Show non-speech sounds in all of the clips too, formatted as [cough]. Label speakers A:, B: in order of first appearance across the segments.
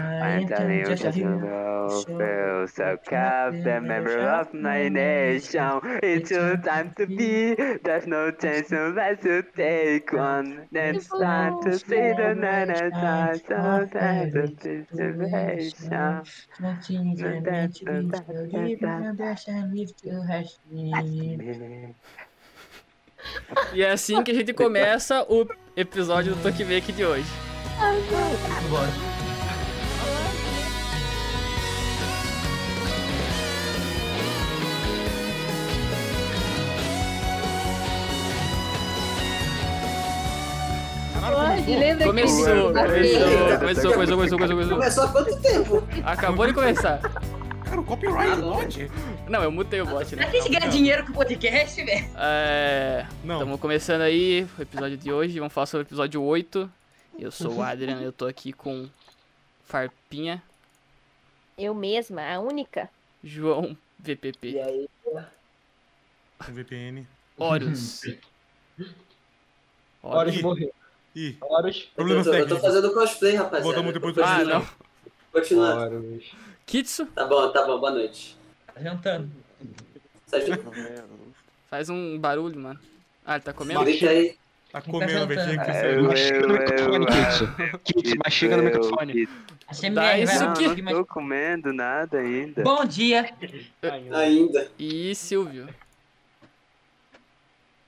A: então,
B: Ireland
C: Ireland
B: just a
C: just
B: hero.
C: a
B: Show.
C: hero. So
B: Show.
C: captain,
B: Show.
C: é member
B: Show.
C: of my nation. It's your time to be. There's no chance unless you take one. It's
B: It's
C: time to
B: lost
C: see the night
B: generation
C: and time. So
B: of
C: that's
B: every
C: the situation.
B: generation. My children
C: Da,
B: need to
C: da,
B: be
C: da,
B: so
C: da,
B: deep
C: da.
B: and understand if to have me.
D: E é assim que a gente começa o episódio do Toque Make de hoje.
A: E lembra
D: Começou,
A: que...
D: começou, começou, começou, começou, começou.
E: Começou há quanto tempo?
D: Acabou de começar.
F: Cara, o copyright, pode?
D: Não, eu mutei o bot, né?
A: Será que a gente ganha dinheiro com o podcast, velho?
D: É.
F: Não.
D: Estamos começando aí o episódio de hoje. Vamos falar sobre o episódio 8. Eu sou o Adrian, eu tô aqui com Farpinha,
G: Eu mesma, a única.
D: João VPP,
E: aí?
F: VPN.
D: Horus.
H: Horus
D: Horus.
H: morreu.
F: Ih,
H: Horus.
E: Eu
F: problemas
E: tô, eu tô
F: técnicos.
E: fazendo cosplay, rapaziada.
F: Voltamos depois do
D: Ah,
E: Continua.
D: não.
E: Continua.
H: Horus.
D: Kitsu,
E: Tá bom, tá bom, boa noite.
H: Ah, Tá jantando.
E: Sérgio,
D: faz um barulho, mano. Ah, ele tá comendo?
E: grita aí.
F: Tá comendo, velho. Tinha que ser.
H: Mastiga no microfone, Kitsu. Kitsu, mastiga no microfone.
A: Achei
D: Dá
A: melhor,
D: isso
A: vai.
D: Não,
A: lá.
D: aqui.
A: Mas-
C: Não tô comendo nada ainda.
A: Bom dia.
E: Ainda.
D: E Silvio.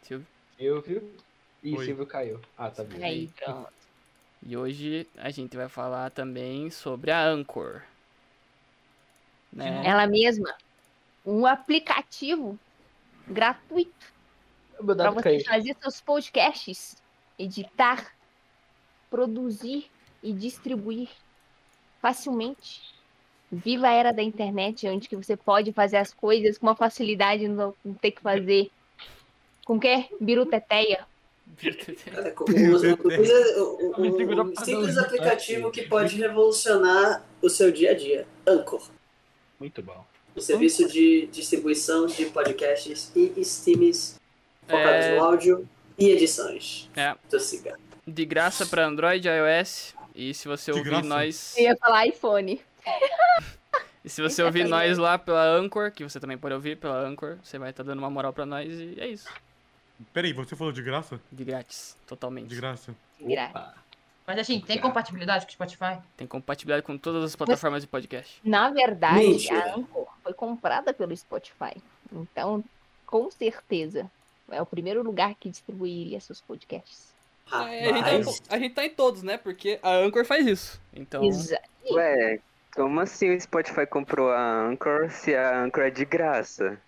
D: Silvio.
H: Silvio. Ih,
F: Oi.
H: Silvio caiu. Ah, tá bom.
G: Aí, pronto.
D: E hoje a gente vai falar também sobre a Anchor. Né?
G: então. Ela mesma. Um aplicativo gratuito
H: Meu
G: para
H: dado
G: você
H: caiu.
G: fazer seus podcasts, editar, produzir e distribuir facilmente. Viva a era da internet, onde que você pode fazer as coisas com uma facilidade, não não ter que fazer com que biruteteia.
E: Cara, com- um- um- um-
H: Eu me seguro
E: um- um
H: pra
E: simples
H: não-
E: aplicativo que pode revolucionar o seu dia a dia. Anchor.
H: Muito bom.
E: Um serviço de distribuição de podcasts e streams focados
D: É.
E: no áudio e edições.
D: É.
E: Tossiga.
D: [laughs] De graça pra Android, iOS. E se você
F: De
D: ouvir
F: graça?
D: nós.
G: Eu ia falar iPhone.
D: E se você ouvir nós lá pela Anchor, que você também pode ouvir pela Anchor, você vai estar dando uma moral pra nós e é isso.
F: Peraí, você falou de graça?
D: De grátis, totalmente.
F: De graça.
G: Gra-
A: Mas assim, tem compatibilidade com o Spotify?
D: Tem compatibilidade com todas as plataformas de podcast.
G: Na verdade,
E: Mentira.
G: a Anchor foi comprada pelo Spotify. Então, com certeza, é o primeiro lugar que distribuiria seus podcasts.
H: É,
D: Ah, é,
H: um
E: Rapaz.
D: tá em todos, né? Porque a Anchor faz isso. Então.
G: Exa-
C: Ué, como assim o Spotify comprou a Anchor se a Anchor é de graça?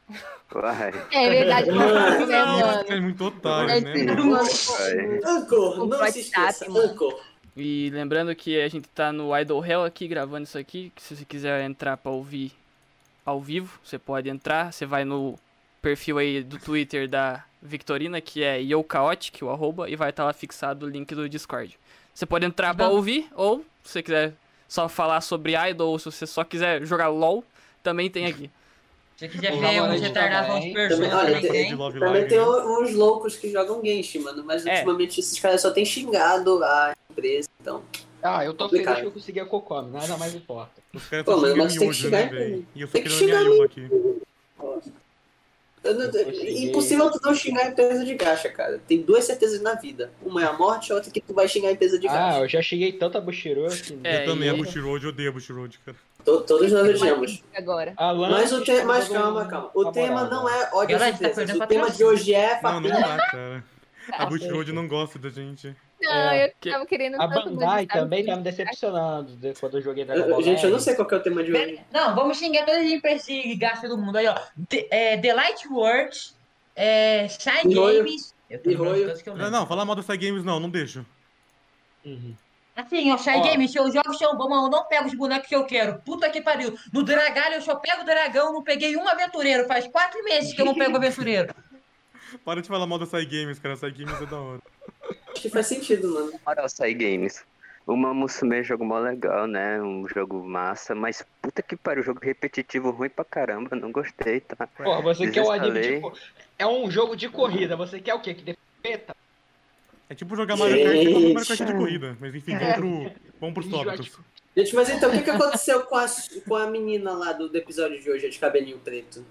C: Vai.
G: É
H: [laughs]
G: verdade,
E: Mano,
G: mano, né,
F: Não, esse
G: mano?
F: cara é muito
G: É
F: otário, né?
G: tipo,
C: Vai.
E: Anchor,
G: Um
E: não se esqueça.
G: WhatsApp, mano.
E: Anchor.
D: E lembrando que a gente tá no Idol Hell aqui gravando isso aqui. Que se você quiser entrar pra ouvir ao vivo, você pode entrar. Você vai no perfil aí do Twitter da Victorina, que é YoCaotic, o arroba, e vai estar lá fixado o link do Discord. Você pode entrar pra
A: Vamos.
D: ouvir, ou se você quiser só falar sobre Idol, ou se você só quiser jogar LOL, também tem aqui.
A: Se você quiser
H: O
A: ver
H: Valorant
A: uns retardados,
H: também.
A: uns personas
E: Também- olha,
A: também
E: tem-
A: tem.
F: De Love
E: Também
F: Live,
E: tem
F: né?
E: o- uns loucos que jogam Genshin, mano, mas
D: É.
E: ultimamente esses caras só têm xingado a empresa, então.
H: Ah, eu tô
E: Complicado.
H: feliz que eu consegui a Cocome. Nada mais importa.
F: Os caras
E: Pô,
F: só
E: mas
F: xingam
E: tem que
F: miojo,
E: xingar,
F: né, velho? E eu tô
E: tem que
F: querendo minha
E: xingar
F: Iola aqui.
E: eu não-
H: Eu consegui.
E: impossível tu não xingar a empresa de caixa, cara. Tem duas certezas na vida. Uma é a morte, a outra é que tu vai xingar a empresa de
H: Ah,
E: caixa.
H: eu já cheguei tanto a Bushiro que...
D: É,
F: Eu também, a
D: e-
F: Bushiroad, eu odeio a Bushiroad, cara.
E: To- todos nós odiamos.
G: Agora.
H: Alan,
E: Mas, o te...
H: tá
E: mas
H: dando
E: calma, calma. O
H: uma
E: tema
H: moral,
E: não
H: né?
E: é ódio às
A: Galera, a gente tá
E: empresas.
A: perdendo
E: O
A: pra
E: tema
A: trás.
E: de hoje é
F: Não, né? não
E: papinho.
F: dá, cara. A Bushiroad não gosta da gente.
G: tá? Não,
H: É,
G: eu tava querendo
H: A
G: tanto
H: Bandai
G: gostar do
H: também tá
G: filme.
H: me decepcionando de- quando eu joguei Dragon
E: Eu-
H: Ball
E: Gente, eu não
H: Legends.
E: sei qual que é o tema de hoje.
A: Não, vamos xingar todas as empresas de gasto do mundo aí, ó. The, é, The Lightworks, é, Shine
E: Mihoyo.
A: Games. Eu tô lembrando
E: Mihoyo.
A: de todas que eu
F: Não,
A: lembro.
F: não, fala mal do Sai Games não, não deixo.
H: Uhum.
A: Assim, ó, Shy
H: Ó.
A: Games, seus jogos são bons, mas eu não pego os bonecos que eu quero. Puta que pariu. No Dragalho eu só pego o dragão, não peguei um aventureiro. Faz quatro meses que eu não pego aventureiro.
F: Para de falar mal do Sai Games, cara. Sai Games é da hora.
E: Acho que faz sentido, mano.
C: Moral Sai Games. O Mamusume é um jogo mó legal, né? Um jogo massa, mas puta que pariu, jogo repetitivo ruim pra caramba, não gostei, tá?
H: Porra, você quer um anime
C: Desinstalei.
H: de... co- É um jogo de corrida, você quer o quê? Que defeta?
F: É tipo jogar Mario Kart, é como Mario Kart de corrida. Mas enfim, vamos pro, vamos pros tópicos.
E: Gente, mas então o que, que aconteceu com a, com a menina lá do, do episódio de hoje, a de cabelinho preto?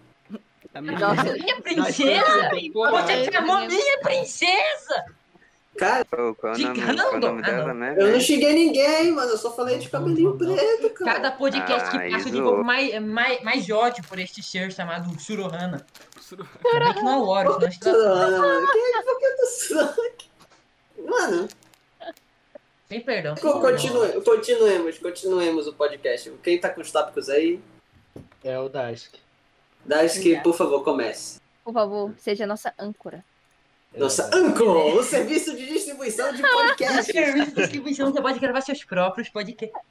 G: Nossa,
A: Minha princesa? Você chamou minha princesa?
E: Cara,
C: Qual qual é o nome, qual é o
A: Digando?
C: nome
A: Ah,
C: dela, né?
E: eu não xinguei ninguém, mano. Eu só falei de cabelinho preto, cara.
A: Cada podcast
C: Ah,
A: que passa eu
C: isso.
A: desenvolvo mais, mais, mais ódio por este ser chamado Suruhana. Também que não é o Horus, nós
E: Mano, mano, é que- por que eu tô suando? Mano,
A: Sem perdão.
E: co- continue, continuemos, continuemos o podcast. Quem tá com os tópicos aí,
H: É o Dask.
E: Daisuke, por favor, comece.
G: por favor, seja nossa âncora.
H: É
E: Nossa, Anchor, o serviço de distribuição de
A: [laughs]
E: podcast.
A: Serviço de distribuição, você pode gravar seus próprios podcasts.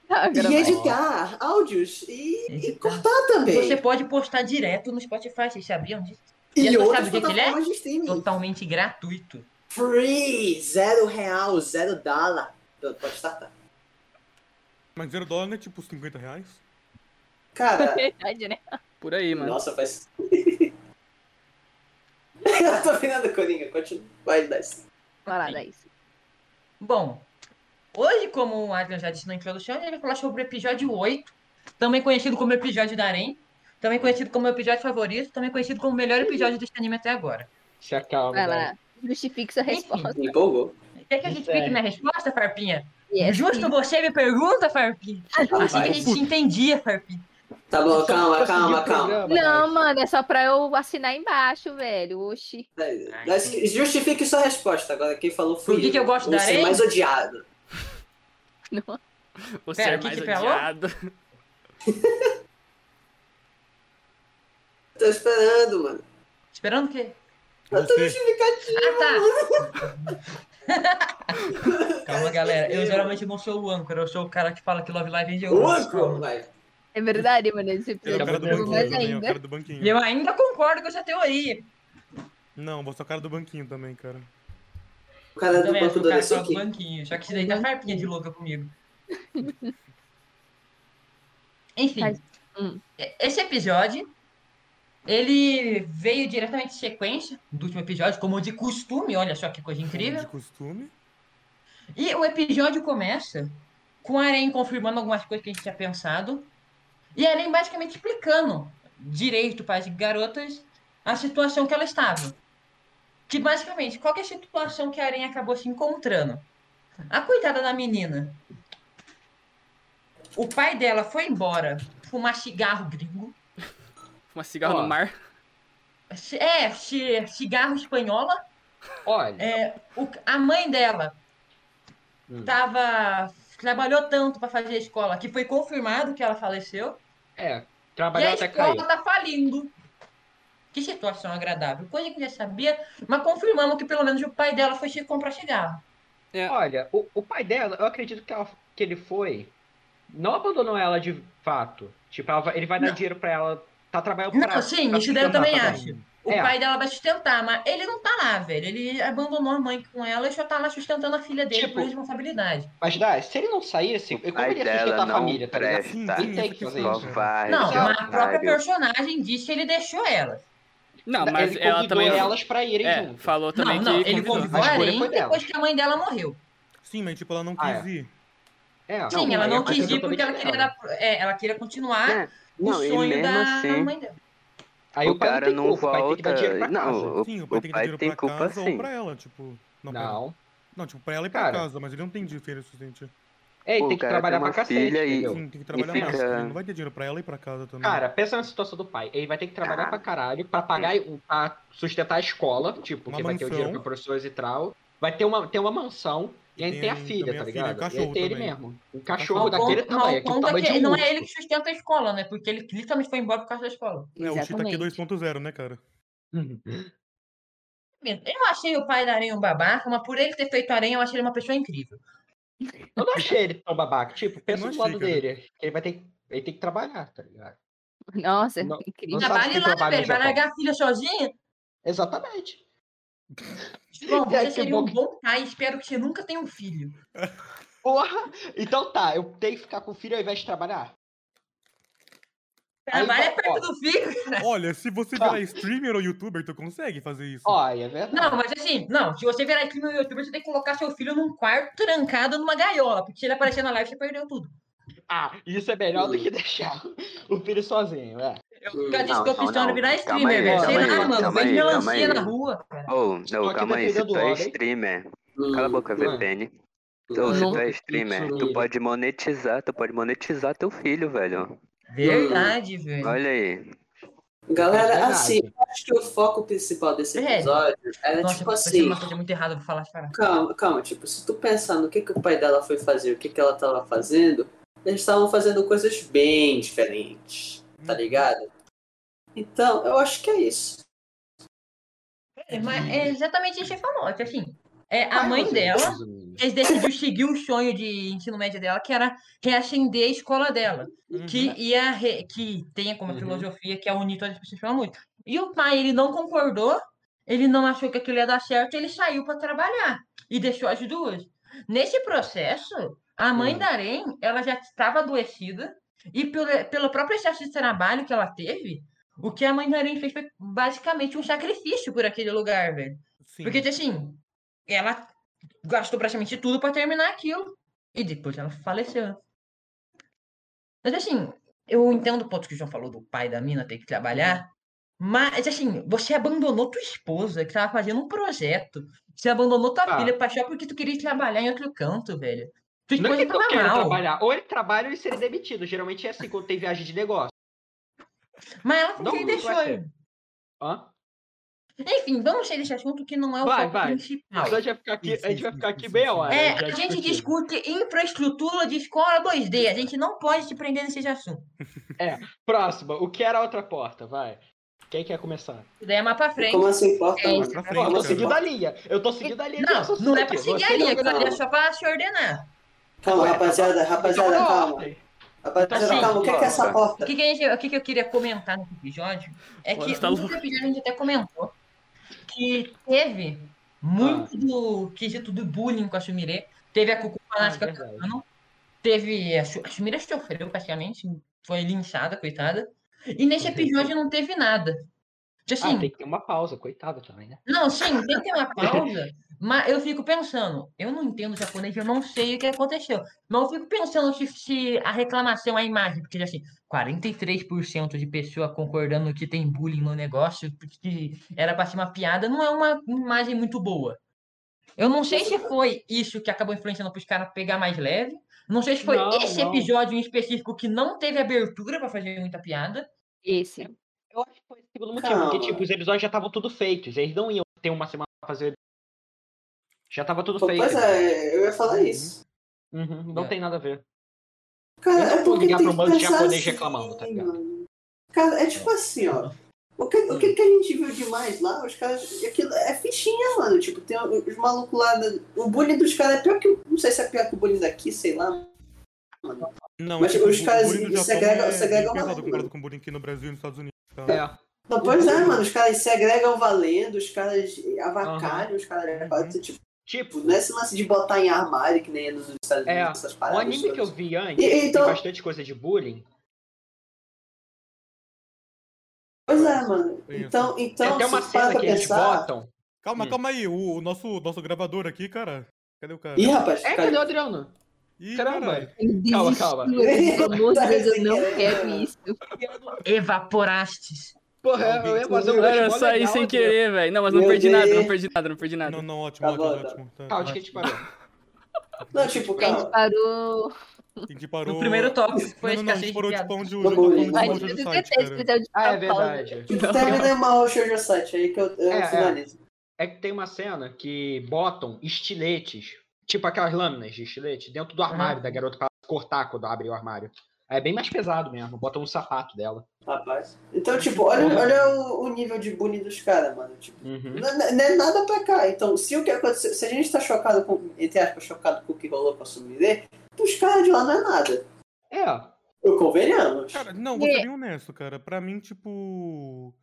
E: e editar áudios e, e cortar também.
A: Você pode postar direto no Spotify, vocês sabiam disso?
E: e
A: você
E: outras
A: sabe o que que ele é?
E: plataformas de streaming.
A: Totalmente gratuito.
E: Free, zero real, zero dólar. Pode startar.
F: Mas zero dólar não é tipo 50 reais?
A: [laughs]
E: Cara,
G: Verdade, né?
D: Por aí, mano.
E: Nossa, faz. [laughs] eu tô virando Coringa, continua. Vai, Dice.
G: Vai lá, Daís.
A: Bom, hoje, como o Adrian já disse na introdução, a gente vai falar sobre o episódio 8, também conhecido como episódio da Arém, também conhecido como episódio favorito, também conhecido como o melhor episódio deste anime até agora.
H: Se acalma,
G: Vai
H: Daisuke.
G: lá. Justifique sua resposta.
E: Me empolgou.
A: Quer que a gente fique na resposta, Farpinha?
G: Yes.
A: Justo você me pergunta, Farpinha? Assim que a
E: Rapaz.
A: gente se entendia, Farpinha.
E: Tá bom, calma, calma,
H: Só conseguiu
E: calma.
H: o programa,
G: Não,
H: Daisuke.
G: mano, é só pra eu assinar embaixo, velho. Oxi.
E: Dice, justifique sua resposta. Agora quem falou foi.
A: Por que que eu gosto da
E: ser
A: areia?
E: mais odiado.
D: Você
A: Pera,
D: é
A: o que
D: mais
A: que falou?
D: odiado.
E: Tô esperando, mano.
A: Esperando o quê?
F: Você,
A: Ah, tá! Calma, galera. Eu geralmente não sou o âncora, eu sou o cara que fala que Love Live é de hoje.
E: Louco! Vai.
G: É verdade, mano. Esse
F: ele é o
G: episódio
F: cara
G: foi
F: do
G: bom, mas
F: banquinho também, é o
G: ainda.
F: cara do
A: E
F: banquinho.
A: eu ainda concordo com essa teoria.
F: Não, vou ser o cara do banquinho também, cara.
E: O cara do é
A: Também acho
E: banco
A: que
E: do
A: o cara que
E: Daisuke.
A: tava do banquinho. Só que isso daí tá farpinha de louca comigo. [laughs] Enfim.
G: Mas, hum.
A: e- Esse episódio, ele veio diretamente em sequência do último episódio, como de costume, olha só que coisa incrível.
F: De costume.
A: E o episódio começa com a Aren confirmando algumas coisas que a gente tinha pensado. E a Aren basicamente explicando direito para as garotas a situação que ela estava. Que basicamente, qual que é a situação que a Aren acabou se encontrando? A coitada da menina. O pai dela foi embora fumar cigarro gringo.
D: Uma cigarro
H: Ó.
D: no mar.
A: É, ci- cigarro espanhola.
H: Olha,
A: É, o- a mãe dela
H: Hum.
A: tava trabalhou tanto pra fazer a escola que foi confirmado que ela faleceu
H: é,
A: e a
H: trabalhar até
A: escola
H: cair.
A: tá falindo. Que situação agradável. Coisa que eu já sabia, mas confirmamos que pelo menos o pai dela foi se comprar cigarro.
H: Olha, o, o pai dela, eu acredito que, ela- que ele foi. Não abandonou ela de fato. Tipo, ela vai- ele vai dar
A: Não.
H: dinheiro pra ela. Tá trabalhando
A: Não,
H: pra ela.
A: sim, isso daí eu também acho. O
H: É.
A: pai dela vai sustentar, mas ele não tá lá, velho. Ele abandonou a mãe com ela e só tá lá sustentando a filha dele
H: Tipo,
A: por responsabilidade.
H: Mas dá, se ele não saísse, eu como
C: Pai
H: ele ia sustentar
C: dela
H: a
C: não
H: família, tá ligado?
F: Sim,
C: presta.
F: sim,
H: Tem
F: isso
H: que fazer
F: sim,
H: isso.
F: cara.
C: Covarde,
A: Não,
H: já
A: mas a própria
C: otário.
A: personagem disse que ele deixou ela.
D: Não, mas
H: ele
D: ela
H: convidou
D: também.
H: elas pra irem
D: É,
H: junto.
D: falou também
A: não, não,
D: que é
A: ele
D: convidou.
A: convidou
H: A
A: a
H: escolha
A: Eren
H: foi dela.
A: depois que a mãe dela morreu.
F: Sim, mas tipo, ela não
H: Ah, é.
F: quis ir.
H: É,
A: Sim, ela
H: mas
A: não
H: é
A: quis ir porque ela
H: completamente
A: queria,
H: dela.
A: dar, é, ela queria continuar
C: É,
A: o
C: Não, e
A: sonho
C: mesmo
A: da
C: assim,
A: mãe dela.
H: Aí
C: o cara
H: tem
C: não
H: culpa, o pai tem que dar dinheiro
C: volta.
H: pra casa.
C: Não, o-
F: Sim, o pai
C: o
F: tem que dar
C: pai
F: dinheiro
C: tem
F: pra
C: culpa
F: casa ou
C: sim.
F: pra ela, tipo. Não, pra-
H: Não.
F: não, tipo, pra ela e pra
H: Cara.
F: casa, mas ele não tem dinheiro suficiente.
H: É, ele
C: Pô,
H: tem que
C: o cara
H: trabalhar
C: tem
H: pra
C: uma
H: cacete,
C: filha e-
H: entendeu?
F: Sim, tem que trabalhar
C: fica-
F: mais. porque Não vai ter dinheiro pra ela e pra casa também.
H: Cara, pensa na situação do pai. Ele vai ter que trabalhar
C: Ah.
A: Tá.
H: pra caralho pra pagar, o- pra sustentar a escola, tipo,
F: Uma
H: porque vai ter o
F: mansão.
H: dinheiro pra professores e tal. Vai ter uma, ter uma mansão e aí
F: Tem
H: tem a
F: também
H: filha,
F: a
H: tá
F: filha e o
H: ligado? E aí
F: cachorro
H: tem ele
F: também.
H: mesmo. Um cachorro
F: Mal
H: daquele
A: ponto-
H: tamanho,
A: mal
H: aquele
A: ponto
H: tamanho
A: que
H: de um
A: não
H: urso.
A: é ele que sustenta a escola, né? Porque ele literalmente foi embora por causa da escola.
F: é, o Chita aqui é
G: Exatamente.
F: 2.0, né, cara?
H: Uhum.
A: Eu achei o pai da Aranha um babaca, mas por ele ter feito Aranha, eu achei ele uma pessoa incrível.
H: Eu não achei ele tão babaca. Tipo, pensa
F: não
H: do
F: achei,
H: lado
F: cara.
H: dele. Ele vai ter que. Ele tem que trabalhar, tá ligado?
G: Nossa, é
H: Não-
G: incrível.
H: não- sabe
A: Trabalhe
H: se
A: lá,
H: trabalha
A: velho.
H: no
A: Vai
H: Japão.
A: largar a filha sozinha?
H: Exatamente.
A: Bom,
H: [laughs] É,
A: você
H: que
A: seria
H: bom
A: um
H: que-
A: bom pai. Espero que você nunca tenha um filho.
H: Porra! Então tá, eu tenho que ficar com o filho ao invés de trabalhar. Aí
A: Trabalha
H: vai- ó.
A: perto do filho.
F: Olha, se você virar streamer ou youtuber, tu consegue fazer isso.
H: Olha, é verdade.
A: Não, mas assim, não. Se você virar aqui no YouTube, você tem que colocar seu filho num quarto trancado numa gaiola. Porque se ele aparecer na live, você perdeu tudo.
H: Ah, isso é melhor do que deixar o filho sozinho, é.
A: Eu já disse
C: Hum, Não,
A: que eu
C: não,
A: fiz pra
C: não.
A: virar
C: Calma
A: streamer,
C: aí,
A: velho.
H: calma
A: Sei
H: aí,
A: lá, mano.
C: calma
A: Vende
C: aí, calma
A: melancia
C: aí.
A: na rua, cara.
C: Ô,
H: Só
C: não,
H: que
C: calma aí, se
H: dependendo
C: tu
H: do
C: é
H: homem-
C: streamer, cala a boca,
E: Hum,
C: VPN.
E: hum,
C: Ou se
E: hum.
C: tu é streamer, tu pode monetizar, tu pode monetizar teu filho, velho.
H: Hum.
A: Verdade, velho.
C: Olha aí.
E: Galera,
H: É Verdade.
E: assim, eu acho que o foco principal desse
A: É.
E: episódio era
A: Nossa,
E: tipo
A: vai ser
E: assim.
A: uma coisa muito errada pra falar, cara.
E: Calma, calma, tipo, se tu pensar no que, que o pai dela foi fazer, o que, que ela tava fazendo, eles estavam fazendo coisas bem diferentes, tá ligado? Então, eu acho que é isso.
A: É, mas é exatamente isso que falou. É que assim, é, a
H: Vai,
A: mãe
H: você,
A: dela,
H: resumindo.
A: eles decidiu seguir o sonho de ensino médio dela, que era reacender a escola dela. que ia re- que tenha como
H: Uhum.
A: filosofia que é unir todas as pessoas pela música. E o pai, ele não concordou, ele não achou que aquilo ia dar certo, ele saiu para trabalhar e deixou as duas. Nesse processo, a mãe
H: Sim.
A: da Arém, ela já estava adoecida e pelo, pelo próprio excesso de trabalho que ela teve, o que a mãe da Arém fez foi basicamente um sacrifício por aquele lugar, velho.
F: Sim.
A: Porque, assim, ela gastou praticamente tudo pra terminar aquilo. E depois ela faleceu. Mas, assim, eu entendo o ponto que o João falou do pai da mina ter que trabalhar. Mas, assim, você abandonou tua esposa, que tava fazendo um projeto. Você abandonou tua
H: Ah.
A: filha pra achar porque tu queria trabalhar em outro canto, velho. Tua
H: Não é
A: esposa
H: que não
A: tava
H: queira
A: tá mal.
H: trabalhar. Ou ele trabalha ou ele seria demitido. Geralmente é assim quando tem viagem de negócio.
A: Mas ela foi
H: Não,
A: quem
H: não vai
A: deixou.
H: ser.
A: ele.
H: Hã?
A: Enfim, vamos sair desse assunto que não é o
H: Vai,
A: foco
H: vai.
A: principal.
H: Só Então a gente vai ficar aqui,
F: Sim, sim,
H: a gente vai
F: sim,
H: ficar
F: sim,
H: aqui
F: sim,
H: meia
F: sim.
H: hora.
A: É,
H: já
A: a gente
H: discutindo.
A: discute infraestrutura de escola 2D. A gente não pode se prender nesse assunto.
H: Próxima, o que era a outra porta? Vai. Quem quer começar?
A: E daí é mais pra frente.
E: Como assim importa?
G: É,
F: Vai pra
H: Ó, eu tô
F: frente,
H: seguindo
F: cara.
H: a linha. Eu tô seguindo a linha. de
A: Não,
H: raciocínio
A: não é
H: aqui.
A: pra seguir a
H: Você
A: linha,
H: tá
A: aquilo ali é
H: organizando.
A: só pra se ordenar.
E: Calma,
H: Ué,
E: rapaziada, rapaziada,
H: Então,
E: calma.
H: ordem.
E: Rapaziada,
H: Então,
E: calma, o que, que é
H: sim,
E: essa
A: O
E: porta?
A: que, que, a gente, o que, que eu queria comentar nesse episódio é
D: Bora,
A: que
D: tá
A: no
D: louco.
A: episódio a gente até comentou que teve muito do quesito do bullying com a Shumire. Teve a Cucu
H: Ah,
A: Fanática
H: verdade.
A: teve. A Shu- a Shumira sofreu praticamente, foi linchada, coitada. E nesse episódio não teve nada. Então,
H: Ah,
A: Assim,
H: tem que ter uma pausa, coitada também, né?
A: Não, sim, tem que ter uma pausa, mas eu fico pensando, eu não entendo japonês, eu não sei o que aconteceu, mas eu fico pensando se, se a reclamação é a imagem, porque assim, 43% de pessoa concordando que tem bullying no negócio, que era pra ser uma piada, não é uma imagem muito boa. Eu não sei se foi isso que acabou influenciando pros caras pegar mais leve, não sei se foi
H: Não,
A: esse
H: não.
A: episódio em específico que não teve abertura pra fazer muita piada.
G: Esse.
H: Eu acho que foi o segundo motivo, porque,
E: Calma.
H: tipo, os episódios já estavam tudo feitos. Eles não iam ter uma semana pra fazer. Já tava tudo
E: Pô,
H: feito.
E: Pois é, eu ia falar isso.
H: Uhum, não
D: É.
H: tem nada a ver. Eu
E: Cara,
H: não
E: é
H: vou
E: porque
H: ligar
E: tem
H: pro
E: que
H: bando de
E: pensar
H: um japonês
E: assim,
H: reclamando, tá ligado?
E: mano. Cara, é tipo assim, ó. O que, o que que a gente viu demais lá, os caras. Aquilo é fichinha, mano. Tipo, tem os malucos lá. da- O bullying dos caras é pior que. o- Não sei se é pior que o bullying daqui, sei lá.
F: Não,
E: Mas
F: tipo,
E: os
F: o
E: caras
F: bullying do
E: se
F: Japão
E: agregam-
F: é
E: se agregam
F: pesado
E: mais,
F: comparado
E: mano.
F: com o bullying aqui no Brasil e nos Estados Unidos. Tá?
H: É.
E: Não, pois é, mano. Os caras se agregam valendo, os caras avacalham, os caras.
F: Uhum.
E: Tipo,
H: Tipo,
E: não é esse lance de botar em armário que nem é nos Estados
H: É,
E: Unidos, essas
H: o
E: paradas.
H: anime que eu
E: todas.
H: vi antes,
E: E- e então-
H: tem bastante coisa de bullying.
E: Pois é, mano.
F: Isso.
E: Então,
H: Tem
E: então
H: até uma
E: se
H: cena
E: para
H: que
E: pra
H: eles
E: pensar.
H: botam.
F: Calma,
H: Hum.
F: calma aí. O, o nosso, nosso gravador aqui, cara. Cadê o cara?
E: Ih, rapaz,
H: É, cadê o Adriano?
F: Ih,
H: Caramba.
F: caralho.
G: Ele
H: Calma,
G: desistiu.
H: calma.
G: ele, Pelo amor de Deus, eu não
E: Tá
G: quero
E: sem
G: isso.
A: Evaporastes.
H: Porra, eu ia fazer um
D: Cara, eu
H: mó
D: saí
H: legal,
D: sem
H: Adriano.
D: querer, velho. Não, mas não
E: Meu
D: perdi nada, não
E: Deus.
D: perdi nada, não perdi nada.
F: Não, não, ótimo,
E: Tá
F: ótimo,
E: bom, tá.
F: ótimo. Tá,
H: Tá,
F: tá.
H: onde que a gente parou?
E: Não, tipo,
G: A gente
E: calma.
G: parou.
F: A gente parou.
A: No primeiro tópico foi a
F: Não, não, não, a
A: escassez
F: gente
A: de
F: parou
A: piada.
F: tipo onde o
E: Tá bom,
F: Júlio
E: gente.
F: tá
G: Mas
F: falando
G: eu
F: do
G: devia
F: site,
G: ter
F: cara.
G: escrito o de
H: Ah, é
A: Tá
G: São Paulo.
H: verdade.
A: Então,
E: Termina mal o Shoujo 7 aí que eu, eu
H: É, é.
E: finalizo.
H: É que tem uma cena que botam estiletes, tipo aquelas lâminas de estilete, dentro
F: Ah,
H: do armário da garota pra cortar quando abre o armário. Aí É bem mais pesado mesmo, botam um sapato dela.
E: Rapaz. Então, tipo, olha, olha o, o nível de bullying dos caras, mano. Tipo,
H: Uhum.
F: Hum?
E: não, não- não é nada pra cá. Então, se o que aconteceu. Se a gente tá chocado com. Entre aspas, chocado com o que rolou com a Sumire, pros caras de lá não é nada.
H: É,
E: Eu convenhamos.
F: Cara, não, vou ser
G: É.
F: bem honesto, cara. Pra mim, tipo.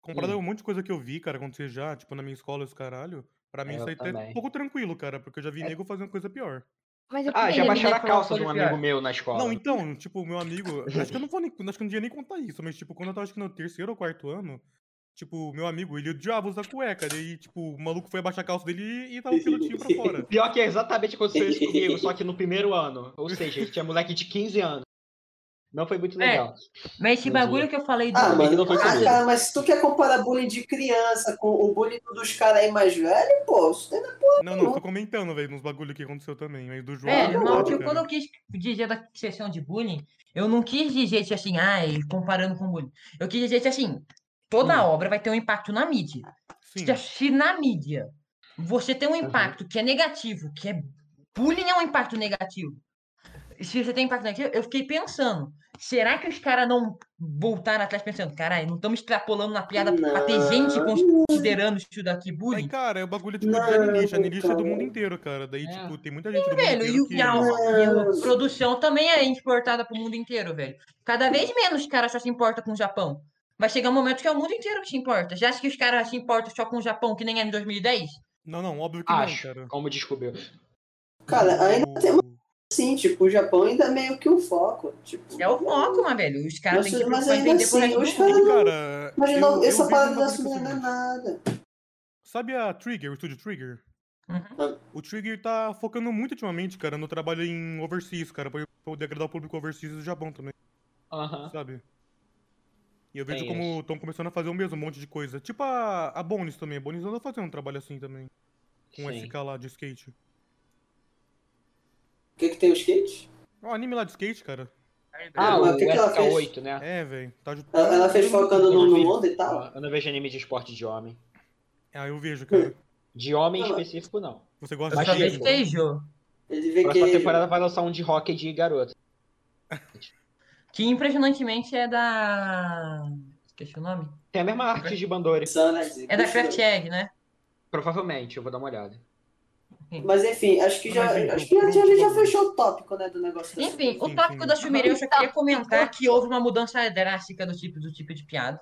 F: Comparado a um monte de coisa que eu vi, cara, acontecer já, tipo, na minha escola e os caralho, pra mim
H: É,
F: isso
H: eu
F: aí tá um
H: também.
F: pouco tranquilo, cara, porque eu já vi nego fazendo coisa pior.
G: Mas eu
H: Ah, já
G: queria
H: baixaram a
G: dizer-
H: calça de um
A: coisa pior.
H: amigo meu na escola.
F: Não, então, tipo, meu amigo, acho que eu não vou nem, acho que eu não ia nem contar isso, mas tipo, quando eu tava acho que no terceiro ou quarto ano, Tipo, meu amigo, ele odiava usar cueca. Daí, tipo, o maluco foi abaixar a calça dele e, e tava pilotinho pra fora.
H: Pior que é exatamente aconteceu isso [laughs] comigo, só que no primeiro ano. Ou seja, a gente tinha moleque de 15 anos. Não foi muito
A: É.
H: legal.
A: Mas esse bagulho que eu falei do.
E: Ah,
H: mas
E: mano,
H: não foi
E: ah,
H: comigo.
E: cara, mas se tu quer comparar bullying de criança com o bullying dos caras aí mais velho, pô, isso daí não- é
F: Não, não, tô comentando, velho, nos bagulho que aconteceu também. Mas do João. é
A: Velho,
E: João,
A: não,
E: é cara.
A: tipo, quando eu quis dizer da sessão de bullying, eu não quis dizer tipo, assim, ai, comparando com bullying. Eu quis dizer tipo, assim, toda obra vai ter um impacto na mídia.
F: Sim.
A: Se- Se na mídia você tem um impacto que é negativo, que é. Bullying é um impacto negativo. Se você tem impacto negativo, eu fiquei pensando. Será que os caras não voltaram atrás pensando, caralho, não estamos extrapolando na piada pra ter gente
E: Não.
A: considerando isso daqui bullying?
F: Mas, cara, é o bagulho tipo
E: Não,
F: de anilista. Anilista é do
E: cara.
F: mundo inteiro, cara. Daí,
H: É.
F: tipo, tem muita gente do mundo
A: Velho, e,
F: inteiro
A: o-
F: que...
A: e a, e a
E: Não.
A: produção também é exportada pro mundo inteiro, velho. Cada vez menos os caras só se importam com o Japão. Vai chegar um momento que é o mundo inteiro que se importa. Já acha que os caras se importam só com o Japão, que nem era em 2010?
F: Não, não, óbvio que
H: Acho,
F: não, cara.
H: como descobriu.
E: Cara, ainda
F: O-
E: tem assim, tipo, o Japão ainda é meio que o foco. Tipo,
A: É o foco, mas, velho. Os caras
E: Mas,
A: têm que se
E: mas
A: preocupar em
E: ainda
A: vender pro
E: assim,
A: resto do
E: os
A: mundo.
E: caras não.
F: é Cara,
E: Mas
F: eu-
E: não,
F: eu
E: essa
F: vejo
E: parada
F: um
E: da
F: bagulho
E: Sony não é
F: seguinte.
E: nada.
F: Sabe a Trigger, o estúdio Trigger?
A: Uhum.
F: O Trigger tá focando muito ultimamente, cara, no trabalho em overseas, cara, pra poder agradar o público overseas do Japão também,
H: Aham.
F: sabe? E eu vejo
H: Tem
F: como estão começando a fazer o mesmo, um monte de coisa. Tipo a, a Bones também, a Bones anda fazendo um trabalho assim também, com
H: Sim.
F: SK lá de skate.
E: O que, que tem o skate?
F: Ó, o É um anime lá de skate, cara.
H: Ah,
E: Mas
H: o
E: o que que ela
H: SK8, né?
F: É, velho. Tá ju-
E: Ah, Ela, ela fez
H: um
E: focando no, no
H: Sim.
E: mundo e tal?
H: Eu não vejo anime de esporte de homem.
F: Ah, eu vejo, cara.
H: De homem
E: Não, mas-
H: específico, não.
F: Você gosta
H: Mas
F: de
A: Talvez
H: Talvez
F: skate?
A: seja.
E: Ele vê que.
H: Próxima temporada vai lançar um de hockey de garoto.
A: Que impressionantemente é da. Esqueci o nome.
H: Tem a mesma arte de Bandori.
E: né,
A: É da Craft Egg, né?
H: Provavelmente, eu vou dar uma olhada.
E: Mas enfim, acho que já.
F: Mas, enfim,
E: acho que já,
F: pro-
E: já, já
F: pro-
E: fechou o tópico, né, do negócio da
A: Enfim,
E: Sony.
A: o tópico
F: sim.
A: da Shumirei, eu só
E: Então,
A: queria
E: tá.
A: comentar que houve uma mudança drástica do tipo, do tipo de piada.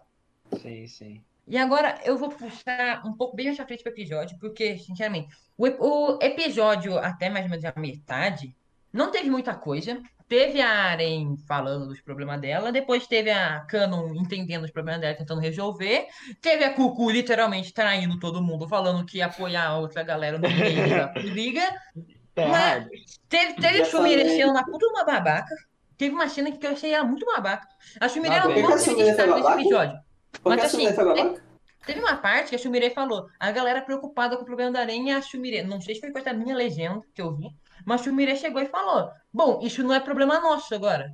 H: Sim, sim.
A: E agora eu vou puxar um pouco bem mais pra frente pro episódio, porque, sinceramente, o, ep- o episódio até mais ou menos a metade não teve muita coisa. Teve a Aren falando dos problemas dela, depois teve a Canon entendendo os problemas dela, tentando resolver. Teve a Cucu literalmente traindo todo mundo, falando que ia apoiar a outra galera no meio da briga.
H: Tá
A: Mas-
H: errado.
A: Teve, teve
E: Já
A: a Shumira
E: falei.
A: sendo uma puta de uma babaca. Teve uma cena que eu achei ela muito babaca. A Shumira ela
H: Nada a ver.
A: não teve
E: Porque a Shumirei foi
A: destaque nesse
E: babaca?
A: episódio.
E: Por
A: mas
E: que a Sony
A: assim,
E: foi babaca?
A: Teve uma parte que a Shumirei falou, a galera preocupada com o problema da aranha, a Shumirei, não sei se foi coisa da minha legenda que eu vi, mas a Shumirei chegou e falou, bom, isso não é problema nosso agora.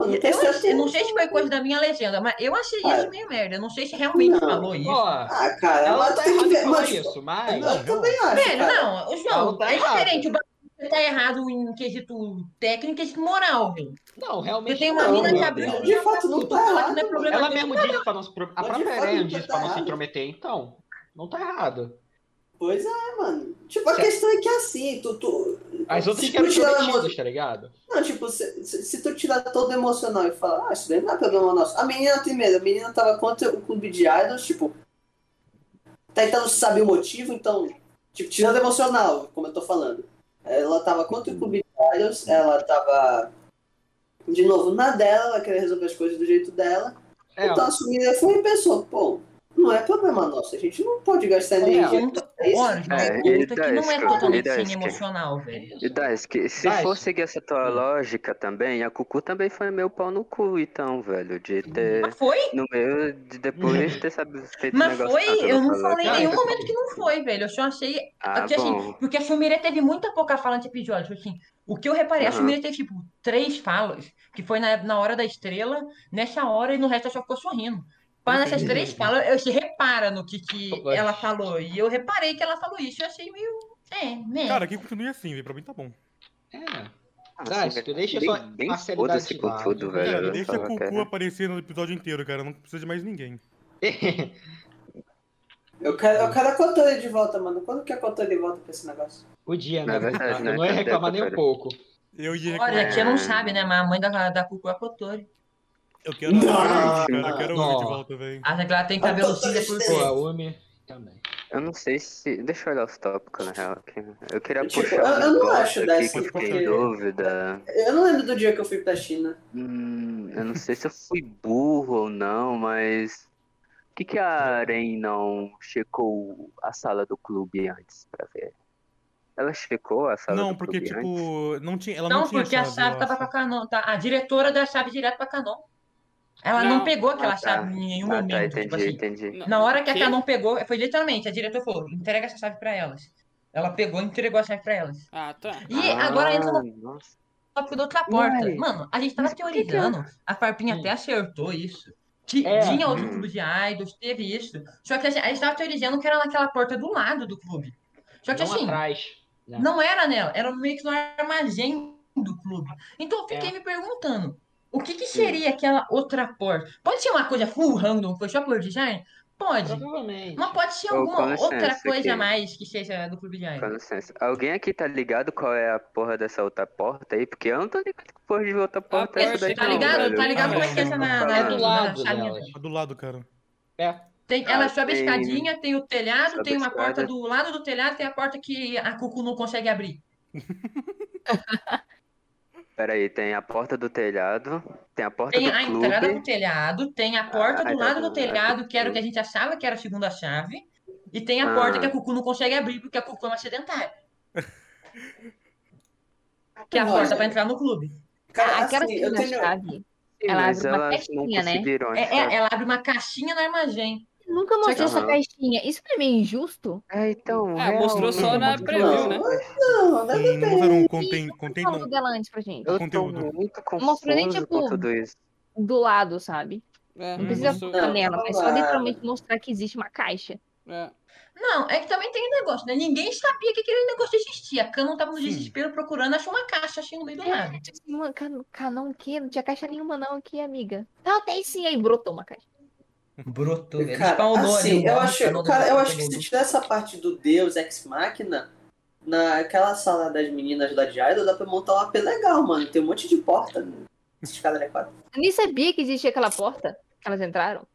E: Não tem
A: Eu achei- não
E: certeza.
A: sei se foi coisa da minha legenda, mas eu achei
E: Ah.
A: isso meio merda, eu não sei se realmente
E: Não.
A: falou isso.
H: Ó,
E: Ah, cara,
H: ela
E: mas
H: tá
E: tem que
H: errada
E: ver.
H: em falar
E: Mas,
H: isso, mas...
E: Não, eu também acho.
A: Velho,
E: cara.
A: não, o
H: Ela
A: João,
H: tá
A: é
H: errada.
A: diferente, o bagulho tá errado em quesito técnico e quesito moral, velho.
H: Não, realmente.
A: Você tem uma
E: Não,
A: mina que
E: meu
A: abriu... um
E: Deus. De fato, não tá
A: Ela
E: errado,
A: não é problema
H: Ela
A: dele.
H: mesmo disse pra não se... pro- A
E: Mas de
H: própria
E: fato
H: Ariane
E: não tá
H: disse pra não se
E: errado.
H: intrometer, então. Não tá errado.
E: Pois é, mano. Tipo, a questão é que é assim, tu. tu
H: As outras
E: se
H: que eram
E: tu tirar
H: prometidas, tá ligado?
E: Não, tipo, se, se- se tu tirar todo o emocional e falar, ah, isso daí não é problema nosso. A menina tem medo, a menina tava contra o clube de idols, tipo. Tá tentando saber o motivo, então. Tipo, tirando o emocional, como eu tô falando. Ela tava contra o clube de idols, ela tava. De novo, na dela, ela queria resolver as coisas do jeito dela.
H: É,
E: Então a menina foi e pensou, pô, não é problema nosso, a gente não pode gastar energia.
A: Ponto-
E: É isso.
A: tá Olha, João,
C: É,
A: ponto
C: e
A: é que não é
C: Daisuke?
A: totalmente
C: E Daisuke?
A: cine emocional, velho.
C: E Daisuke, se
H: Daisuke.
C: for seguir essa tua lógica também, a Cucu também foi meu pau no cu, então, velho, de ter.
A: Mas foi?
C: No meu, de depois ter sabido feito
A: Mas
C: negócio
A: foi?
C: que tá
A: Eu não
C: falou
A: falei em
C: aqui.
A: nenhum
H: Ah,
A: momento que não foi, velho. Eu só achei.
C: Ah,
A: porque, assim,
C: bom.
A: porque a Shumire teve muita pouca fala nesse episódio. Tipo Assim, o que eu reparei, a
C: Aham.
A: Shumire teve, tipo, três falas, que foi na, na hora da estrela, nessa hora, e no resto ela só ficou sorrindo. Mas nessas três falas, eu se repara no que, que
H: Opa.
A: ela falou. E eu reparei que ela falou isso. Eu achei meio. É, né?
F: Cara, que continue assim, velho, pra mim tá bom.
H: É. [laughs]
C: Ah,
H: Daisuke,
C: assim,
H: deixa
C: bem-
H: só
C: bem
H: a seriedade
C: foda-se
H: de
C: com
H: lado.
C: tudo, velho.
F: Cara,
C: eu não
F: deixa a
C: falo, né?
F: Cucu
C: cara.
F: aparecer no episódio inteiro, cara, não precisa de mais ninguém.
E: Eu quero, eu quero a Cotori de volta, mano. Quando que é a Cotori volta pra esse negócio?
H: o dia,
C: Na
H: né?
C: verdade,
H: Eu
C: né,
H: não ia
C: cadê
H: reclamar
C: a
H: nem um
C: Cotori?
H: pouco.
F: Eu ia
A: Olha, a
F: reclamar.
A: tia não sabe, né? Mas a mãe da, da Cucu é a Kotori.
F: Eu quero a Umi,
E: Não.
F: cara, eu quero a Umi de
H: Não.
F: volta, velho.
A: Acha que ela tem cabelo
E: Eu tô
A: cinza
H: Pô,
A: por
H: a Umi também.
C: Eu não sei se. Deixa eu olhar os tópicos, na real. Aqui. Eu queria
E: Tipo,
C: puxar.
E: eu-
C: um
E: eu não
C: negócio
E: acho
C: aqui
E: Daisuke
C: que eu fiquei em
F: porque-
C: dúvida.
E: Eu não lembro do dia que eu fui pra China.
C: Hum, eu não sei se eu fui burro ou não, mas. O que, que a Aren não checou a sala do clube antes pra ver? Ela checou a sala
F: Não,
C: do
F: porque,
C: clube antes?
F: tipo, não tinha. Ela não,
A: Não,
F: tinha
A: porque a
F: chave,
A: chave
F: eu
A: tava
F: acho.
A: pra Canon, tá? A diretora da chave direto pra Canon. Ela não,
D: Não.
A: pegou aquela
C: Ah, tá.
A: chave em nenhum
C: Ah, tá,
A: momento.
C: entendi,
A: tipo assim,
C: entendi.
D: Não,
A: na hora que a
D: quê?
A: Canon pegou, foi literalmente, a diretora falou, entrega essa chave pra elas. Ela pegou e entregou a chave pra elas.
D: Ah, tá.
A: E agora entra no
C: Ah, nossa.
A: tópico da outra porta.
C: Ué.
A: Mano, a gente tava
C: Mas por que que
A: teorizando, a Farpinha
H: Hum.
A: até acertou isso. Que
H: É.
A: tinha outro
C: Hum.
A: clube de idols, teve isso. Só que a gente, a gente tava teorizando que era naquela porta do lado do clube. Só que
H: não
A: assim,
H: atrás. né?
A: não era nela, era meio que no armazém do clube. Então eu fiquei
H: É.
A: me perguntando, o que que seria aquela outra porta? Pode ser uma coisa full random, foi só por design? Pode.
H: Provavelmente. É
A: Mas pode ser
C: Ô,
A: alguma
C: com licença,
A: outra coisa
C: que-
A: a mais que seja do clube de
C: Com
A: idols.
C: licença. Alguém aqui tá ligado qual é a porra dessa outra porta aí? Porque eu não tô ligado que porra de outra porta é
D: porta,
C: essa daqui.
A: Tá
D: não,
A: ligado?
C: velho.
A: Tá ligado como é que é essa na, na,
C: É do
A: na
H: lado
A: salinha
H: delas.
F: A do lado, cara.
A: Tem,
C: Ah,
A: ela sobe a
C: tem-
A: escadinha, tem o telhado,
C: sobe
A: tem
C: a
A: uma
C: escada.
A: porta do lado do telhado, tem a porta que a Cucu não consegue abrir.
C: Pera aí, tem a porta do telhado, tem a porta
A: Tem
C: do
A: a
C: clube.
A: entrada do telhado, tem a porta
C: Ah,
E: é
A: do lado
C: tá,
A: do telhado, que era o que a gente achava que era a segunda chave, e tem a porta
C: Ah.
A: que a Cucu não consegue abrir porque a Cucu é uma sedentária. Que é a
E: Olha,
A: porta pra entrar no clube.
E: Cara,
G: Aquela
E: assim, eu
G: segunda
E: tenho.
G: chave.
C: Sim,
G: Ela
C: mas
G: abre uma
C: elas não
G: caixinha, né?
C: conseguiram
A: É,
C: achar.
A: é, ela abre uma caixinha no armazém.
G: Nunca mostrou
C: Aham.
G: essa caixinha. Isso pra mim é injusto.
C: É, então,
D: Ah, mostrou
C: real,
D: só
C: né?
D: na preview,
E: Não,
D: né?
E: não, né?
F: E não mostraram o
G: Quem
F: conten- conten-
G: falou dela antes pra gente?
C: Eu tô
F: Conteúdo.
C: muito
G: Mostrou nem,
C: confuso
G: tipo,
C: com tudo isso.
G: Do lado, sabe?
D: É,
F: Não
G: precisa
D: mostrou-
E: Não,
G: Nela, mas só
E: claro.
G: literalmente mostrar que existe uma caixa.
D: é.
A: Não, é que também tem um negócio, né? Ninguém sabia que aquele negócio existia. A Canon tava no
F: Sim.
A: desespero procurando, achou uma caixa assim no meio do
G: É,
C: é.
A: nada.
G: Mano, ca- canão o quê? Não tinha caixa nenhuma, não, aqui, amiga. Não, tem sim, aí brotou uma caixa.
A: Brotou, velho.
E: Cara,
A: Spawnou ali
E: assim,
A: um
E: eu
A: monte,
E: acho,
A: spawnou
E: cara, eu
A: depois
E: acho que
A: spawnou
E: se tiver essa parte do Deus Ex Machina, naquela sala das meninas lá de Idol, dá pra montar um AP legal, mano. Tem um monte de porta nesses caras da quadra.
G: Eu nem sabia que existia aquela porta que elas entraram.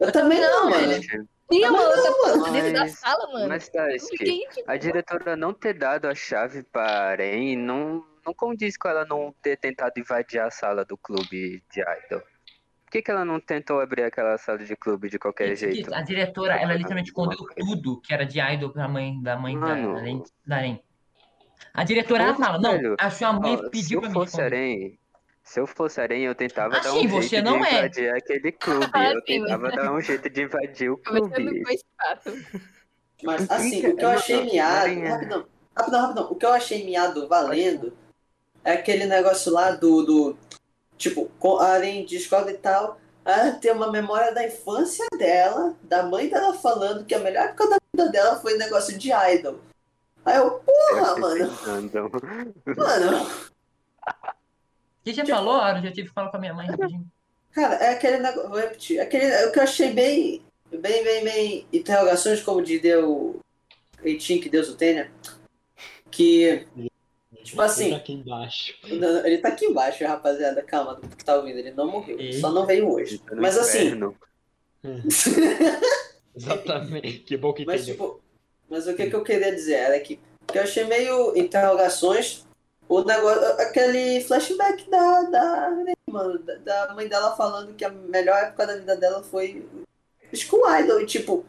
E: Eu também não,
G: é
E: mano.
C: Gente,
G: Tinha uma
E: Mas
G: outra
E: não,
G: porta
C: mas-
G: dentro da sala, mano.
C: né? Mas tá,
G: Eu
C: Ski,
G: fiquei, tipo,
C: a diretora não ter dado a chave pra Arém não, não condiz com ela não ter tentado invadir a sala do clube de idol. Por que, que ela não tentou abrir aquela sala de clube de qualquer
A: Isso, isso.
C: jeito?
A: A diretora, ela literalmente
C: Alguma
A: escondeu
C: coisa.
A: tudo que era de idol pra mãe da mãe da-
C: Mano.
A: da Len- da Len. A diretora ela
C: Pô,
A: fala, não,
C: velho.
A: a sua mãe
C: Ó, se
A: pediu
C: eu
A: pra mim
C: fosse
A: esconder.
C: Arém, se eu fosse Arém, eu tentava dar um
A: Assim,
C: jeito
A: você
C: de
A: não é.
C: invadir aquele clube.
G: Ah, [laughs]
C: eu
G: sim, mas-
C: tentava dar um jeito de invadir o
G: Você
C: clube.
G: não foi espaço.
E: Mas
C: Fica-
E: assim, o que eu
C: Mano,
E: achei miado.
C: Marinha.
E: Rapidão, rapidão, rapidão. O que eu achei miado valendo é aquele negócio lá do. do tipo, com- além de escola e tal. Ah, tem uma memória da infância dela, da mãe dela falando que a melhor época da vida dela foi negócio de idol. Aí eu, [laughs] porra, mano,
C: Pensando.
E: mano.
A: O que você falou, Aro? Já tive que falar com a minha mãe rapidinho.
E: Cara, é aquele negócio. Vou repetir. Aquele, é o que eu achei bem. Bem, bem, bem. Interrogações, como de Deus. Eitinho, que Deus o tenha. Que. Tipo assim.
H: Tá aqui embaixo. [laughs]
E: Não, não, ele tá aqui embaixo, rapaziada. Calma, do que tá ouvindo, ele não morreu. Só não veio hoje.
C: Tá no
E: Mas [laughs] assim.
C: inferno.
H: Exatamente. Que bom que
E: mas
H: entendeu.
E: tipo. Mas o que, que eu queria dizer era que, que eu achei meio interrogações o negócio. aquele flashback da. da né, mano, da, da mãe dela falando que a melhor época da vida dela foi School Idol. E tipo.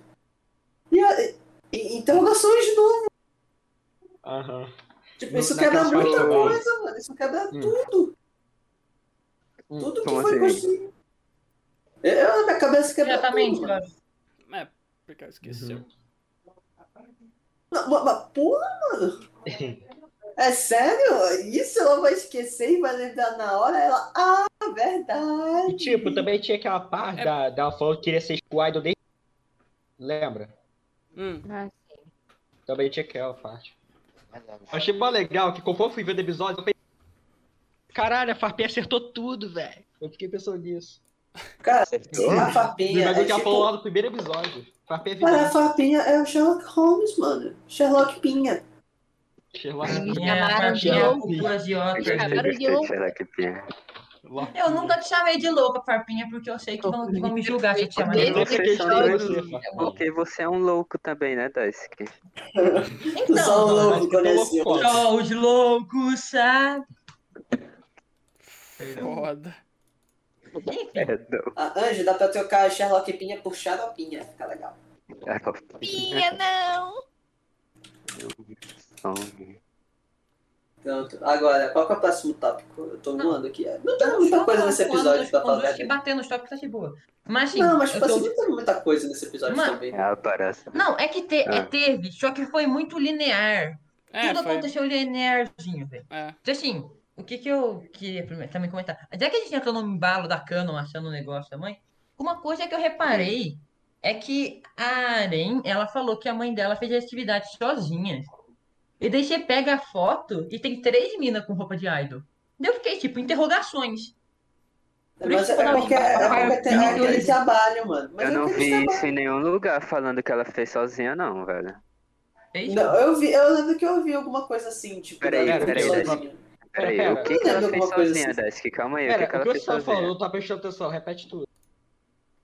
E: E, a- e- e interrogações de novo.
H: Aham.
E: Tipo,
H: No-
E: isso quebra
H: naquela
E: muita
H: parte-
E: coisa, mano. Isso quebra
H: Hum.
E: tudo.
H: Hum,
E: Tudo que
C: como
E: foi
C: assim?
E: construído. Eu, eu- minha cabeça quebra
A: Exatamente,
E: tudo, mano.
A: Aro.
D: É, porque ela esqueceu.
H: Uhum.
E: Não, mas, mas, porra, mano. É sério? Isso ela vai esquecer e vai lembrar na hora? Ela, ah, verdade.
H: E, tipo, também tinha aquela parte da, da falando que queria ser School Idol desde. Lembra?
D: Hum.
G: Ah, sim.
H: Também tinha aquela parte. Eu achei mó legal que conforme eu fui vendo o episódio, eu pensei. Caralho, a Farpinha acertou tudo, velho. Eu fiquei pensando nisso.
E: Cara, a
H: O
E: Fapinha. É,
H: bagulho que ela falou lá
E: tipo,
H: no primeiro episódio. Farpinha é
E: cara, a
H: vilã.
E: Fapinha é o Sherlock Holmes, mano. Sherlock Pinha.
H: Sherlock
G: Me
A: Minha
G: chamaram de
H: é
A: farpinha é
G: louco.
A: Cucu
C: Eu
A: agiota.
G: Chamaram de
C: gostei
G: louco.
C: de Sherlock Pinha.
H: Loki.
A: Eu nunca te chamei de louca, farpinha, porque eu sei que vão, que vão me julgar se eu te chamar de
H: Eu não
A: louca.
H: sei quem chamou você, Farpinha.
C: Porque você é um louco também, né, Daisuke?
E: Tu
A: Então,
E: só um louco conhecido.
H: louco, ó.
A: só os loucos, sabe?
D: é Foda.
C: [laughs]
A: Enfim,
C: É, não.
E: Ah, Anjo, dá pra trocar Sherlock Pinha por Xaropinha. Fica legal.
C: É
G: Pinha, não!
E: Pronto. Agora, qual que é o próximo tópico? Eu tô voando aqui. Não tem muita
A: só
E: coisa
A: falando
E: nesse episódio
A: dos
E: pra falar a
A: pontos que
E: verdade.
A: bater nos tópicos tá de boa. Mas assim,
E: Não, mas
A: eu
E: tipo
A: tô-
E: assim, não tem muita coisa nesse episódio
A: Mano,
E: também.
C: É a baraça.
A: Não, é que te-
C: Ah.
A: é, teve, só que foi muito linear.
D: É,
A: Tudo
D: foi.
A: aconteceu linearzinho, velho.
D: É.
A: Então, assim, o que que eu queria primeiro também comentar? Já que a gente entrou no embalo da Canon achando o negócio da mãe, uma coisa que eu reparei é que a Aren, ela falou que a mãe dela fez as atividades sozinha. E daí você pega a foto e tem três minas com roupa de idol. Daí eu fiquei, tipo, interrogações.
E: Mas é porque, é porque tem é aquele trabalho, mano. Mas
C: Eu não
E: é aquele
C: vi
E: trabalho.
C: isso em nenhum lugar falando que ela fez sozinha, não, velho.
A: Fez?
E: Não, eu, vi, eu lembro que eu vi alguma coisa assim, tipo,
C: Peraí,
E: da- da
C: peraí,
E: episodinho.
C: Peraí,
H: Pera,
C: o
E: eu
C: que, que ela
E: lembro
C: fez
E: alguma coisa
C: sozinha,
E: assim.
C: Desk? Calma aí, o que, que
H: Pera, o
C: ela
H: que
C: fez
D: tá
H: você tava
C: sozinha?
H: falando, eu tava prestando atenção, repete tudo.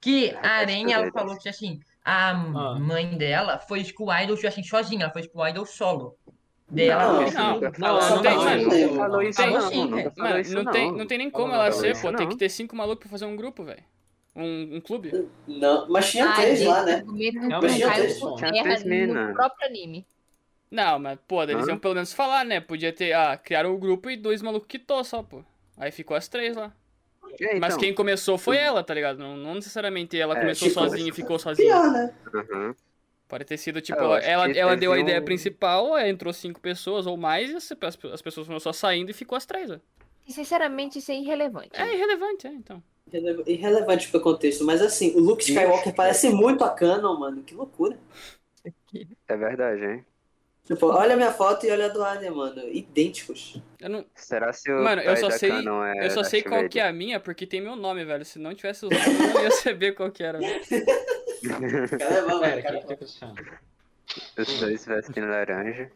A: Que
C: Ah,
A: a Aren, ela
C: beleza.
A: falou que assim, a mãe dela foi school idol assim, sozinha, ela foi school idol solo. Daí ela
C: Não,
E: Não,
C: isso
D: não,
C: nunca falou,
H: não,
D: não tem,
C: não,
D: mano.
C: nunca falou isso,
A: Falou
C: não,
A: sim,
C: nunca
A: velho.
C: falou
D: Mano,
C: isso,
D: não tem, não tem nem como ela
C: Falou
D: ser,
C: isso,
D: pô. Tem
C: não.
D: que ter cinco malucos pra fazer um grupo, velho. Um, um clube.
E: Não, mas tinha
G: Ai,
E: três
G: gente,
E: lá,
G: esse
E: né?
G: argumento não
H: Realmente,
E: tinha
G: cai
E: três-
G: por
C: tinha
G: terra
C: três
G: no
C: mina.
G: próprio anime.
D: Não, mas, pô, eles
C: Hã?
D: iam pelo menos falar, né? Podia ter, ah, criaram o grupo e dois malucos quitou só, pô. Aí ficou as três lá.
C: É,
D: Mas
C: então,
D: quem começou foi ela, tá ligado? Não, não necessariamente ela
C: É,
D: começou
E: tipo,
D: sozinha e ficou sozinha.
E: Pior, né?
C: aham.
D: Pode ter sido, tipo,
C: Eu acho
D: ela,
C: que
D: ela
C: teve
D: deu a ideia
C: um-
D: principal, aí entrou cinco pessoas ou mais, e as, as- as pessoas foram só saindo e ficou as três, ó.
G: E, Sinceramente, isso é irrelevante.
D: É irrelevante, é, então.
E: Irrele- Irrelevante pro contexto, mas assim, o Luke
C: Ixi,
E: Skywalker
C: cara.
E: parece muito a Canon, mano. Que loucura.
C: é verdade, hein?
E: Tipo, olha a minha foto e olha a do Arya, mano. Idênticos.
D: Eu, não,
C: Será se o
D: Mano, eu
C: pai
D: só
C: da
D: sei-
C: Canon é
D: eu só sei
C: Darth
D: qual que é
C: Vader?
D: a minha, porque tem meu nome, velho. Se não tivesse os nomes, eu não ia [laughs] saber qual que era. né?
C: [laughs]
D: velho.
E: Cara, é bom,
H: Pera,
E: velho.
H: o que
E: Cara,
H: que tá acontecendo?
C: Os dois vestem laranja.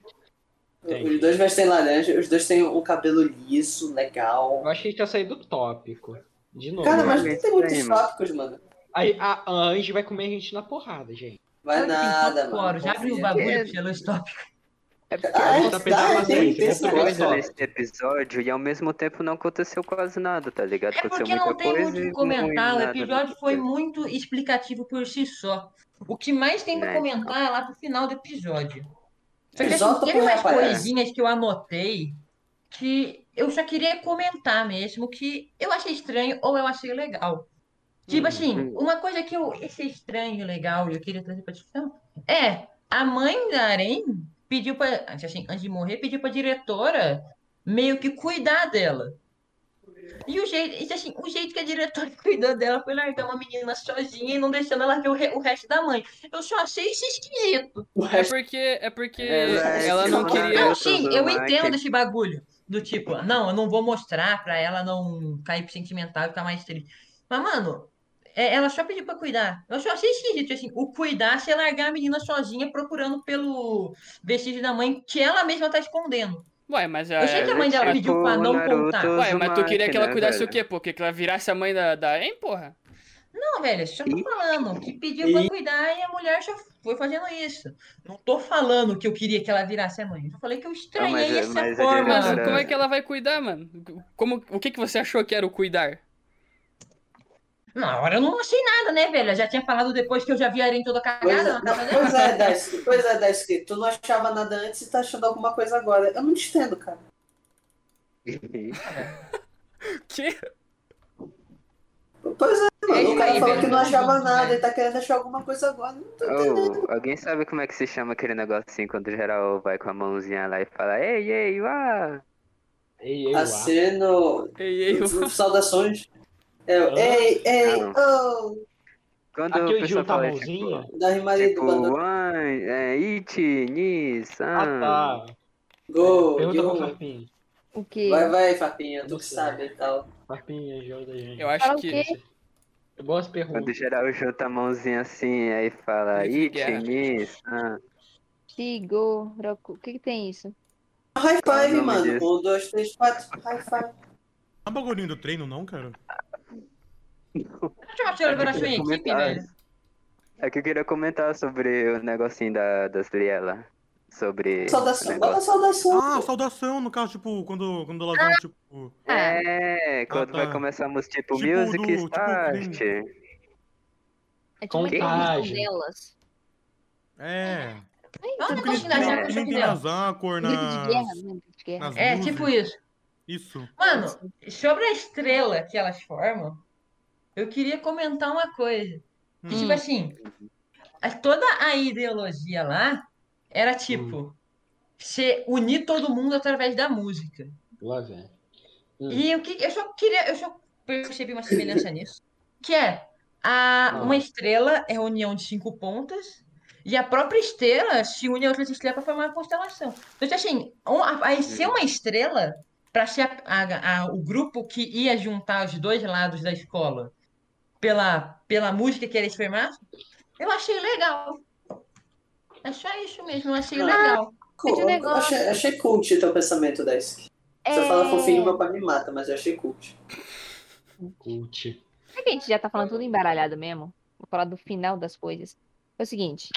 E: é bom. Os dois vestem laranja, os dois têm um cabelo liso, legal.
H: Eu achei que tinha saído do tópico. De novo.
E: Cara, mas
C: Normalmente
E: não tem muitos
C: tem, mano.
E: tópicos, mano.
H: Aí a a Angie vai comer a gente na porrada, gente.
E: Vai
A: Sabe que tem
E: nada,
A: quatro
E: mano.
A: horas, Já abriu o
E: Confia.
A: bagulho
C: É.
A: pelo stop.
H: É porque
E: Ah,
H: a
E: é
H: gente tá pensando
E: verdade,
H: na
E: tem-
H: série,
E: tem essa
H: construiu
E: coisa
C: Coisa
H: só.
C: nesse episódio e ao mesmo tempo não aconteceu quase nada, tá ligado?
A: É
C: aconteceu
A: porque não
C: muita
A: tem
C: coisa
A: muito o que
C: e
A: comentar. O
C: nada
A: episódio
C: aconteceu.
A: foi muito explicativo por si só. O que mais tem pra
C: Né,
A: comentar é lá pro final do episódio. Só que
E: Exalta
A: assim, teve
E: pro
A: umas
E: rapaz. é.
A: coisinhas que eu anotei que eu só queria comentar mesmo, que eu achei estranho ou eu achei legal. Tipo assim,
C: hum.
A: uma coisa que eu achei estranho e legal e eu queria trazer pra discussão é a mãe da Arém pediu pra, antes, assim, antes de morrer, pediu pra diretora meio que cuidar dela. E o jeito, e, assim, o jeito que a diretora [laughs] cuidou dela foi largar uma menina sozinha e não deixando ela ver o, re- o resto da mãe. Eu só achei isso esquisito.
E: O
D: É
E: resto
D: porque, é porque
C: Ela é
D: ela não
E: escrota.
D: queria.
A: Não,
C: eu tô
A: sim,
C: zoando,
A: eu
C: mas
A: entendo
C: que-
A: esse bagulho. Do tipo, não, eu não vou mostrar pra ela não cair pro sentimental e ficar mais triste. Mas, mano, é- ela só pediu pra cuidar. Eu só achei esquisito, assim, o cuidar se é largar a menina sozinha procurando pelo vestígio da mãe que ela mesma tá escondendo.
D: Ué, mas a.
A: Eu sei que a mãe dela
C: tipo
A: pediu pra não
C: o Naruto
A: contar.
D: Ué, mas tu queria que
C: Uzumaki,
D: ela
C: né,
D: cuidasse
C: velho?
D: o quê, pô? Que que ela virasse a mãe da, da hein, porra?
A: Não, velho, só tô
C: Ih.
A: falando que pediu pra cuidar e a mulher já foi fazendo isso. Não tô falando que eu queria que ela virasse a mãe. Eu falei que eu estranhei
C: mas é-
A: essa
C: mas a
A: forma.
D: Mas
C: Cara.
D: como é que ela vai cuidar, mano? Como, o que, que você achou que era o cuidar? [laughs]
A: Na hora eu não achei nada, né, velho? Eu já tinha falado depois que eu já vi a Arém toda cagada
E: Coisa,
A: na casa dela.
E: pois é, Daisuke, pois é, Daisuke, tu não achava nada antes e tá achando alguma coisa agora. Eu não te entendo, cara.
D: Que?
E: Pois é, mano,
A: É
E: o cara
A: isso aí,
E: falou
A: velho,
E: que não
A: não
E: achava
A: tem
E: nada
A: jeito.
E: e tá querendo achar alguma coisa agora. Não tô entendendo.
C: [laughs] Ô, alguém sabe como é que se chama aquele negocinho quando o geral vai com a mãozinha lá e fala Ei, ei, uá!
H: Ei, ei, uá.
E: Aceno,
D: Ei, ei, eu...
E: [laughs] saudações. É, o
H: Ah.
E: ei, ei, oh,
C: Quando o
H: Aquele
C: pessoal
H: juntar a
C: fala
H: mãozinha.
C: tipo,
E: da rimaria do
C: tipo
E: Bando.
C: "Wan, é, Ichi, Ni, San.
H: Ah, tá.
E: Go,
H: Pergunta pro
E: yo.
H: Farpinha.
G: O quê?
E: Vai, vai, Fapinha, tu que sabe e tal.
H: Farpinha, ajuda a gente.
D: eu acho
G: Fala o
D: que.
G: quê?
H: Boas
C: Quando o
H: perguntas.
C: geral junta a mãozinha assim, aí fala
D: Grito de
C: Ichi,
D: guerra.
C: Ni, San.
G: Shigo, Roku. O que que tem isso?
E: High five,
C: Não me
E: mano.
C: diz.
E: Um, dois, três, quatro. High five.
F: Não é bagulhinho do treino, não, cara?
A: Deixa eu achar agora é a sua equipe, né?
C: Comentários.
A: velho.
C: É que eu queria comentar sobre o negocinho da, das Liela. sobre. o
E: Saudação, bota
C: negócio.
E: saudação.
F: Ah,
E: pô.
F: saudação, no caso, tipo, quando, quando elas vão, tipo.
D: Ah.
G: É.
C: É, quando
F: tá.
C: vai começar a música tipo,
F: Tipo
C: Music
F: do- tipo
C: Start.
G: É tipo uma
H: Contagem.
G: intervenção delas. tá
F: É.
A: É um
F: Tipo, que nem-
A: negócio
F: que
A: na
F: nem,
A: jaca,
F: que
A: eu
F: nem tem
A: entendeu?
F: nas Acor,
G: Grito de
F: nas.
G: guerra, né? Grito de guerra.
F: nas
A: É,
F: luzes.
A: tipo isso.
F: Isso.
A: Mano, sobre a estrela que elas formam, eu queria comentar uma coisa. Que,
F: Hum.
A: tipo assim, a- toda a ideologia lá era tipo
E: Hum.
A: se unir todo mundo através da música.
H: Lá vem. Hum.
A: E o que eu só queria, eu só percebi uma semelhança nisso, que é a, uma estrela é a união de cinco pontas e a própria estrela se une a outras estrelas para formar uma constelação. Então, tipo assim, um, a, a- ser uma estrela para ser a- a- a- o grupo que ia juntar os dois lados da escola pela, pela música que era experimentar, eu achei legal. É só isso mesmo, eu achei
G: Ah.
A: legal.
E: Cool.
G: de
E: Eu
G: negócio.
E: Achei, achei cult o teu pensamento, Desk. Se eu falar fofinho, meu pai me mata, mas eu achei cult.
H: Cult.
G: Será que a gente já tá falando tudo embaralhado mesmo? Vou falar do final das coisas. É o seguinte,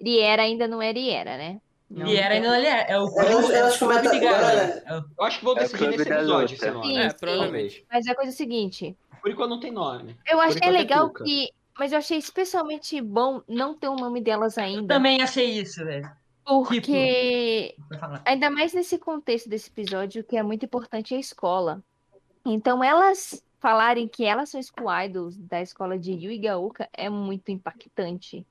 G: Riera ainda não é Riera, né? Não
A: E era
G: tem-
A: ainda não é, é o
E: Elas, elas
A: Clube
E: comentam.
A: de Garotas.
E: Galera,
A: É o-
H: Eu acho que vou
C: É o
H: decidir
C: clube
H: nesse
C: da luta.
H: episódio, esse nome.
G: Sim,
D: É,
G: sim.
D: provavelmente.
G: Mas a coisa é o seguinte,
H: Por enquanto não tem nome.
G: eu acho é
H: enquanto é
G: legal
H: Tuca.
G: que... Mas eu achei especialmente bom não ter o nome delas ainda.
A: Também achei isso, velho.
G: Porque
A: pra falar.
G: Ainda mais nesse contexto desse episódio, o que é muito importante é a escola. Então, elas falarem que elas são school idols da escola de Yu e Gaoka é muito impactante.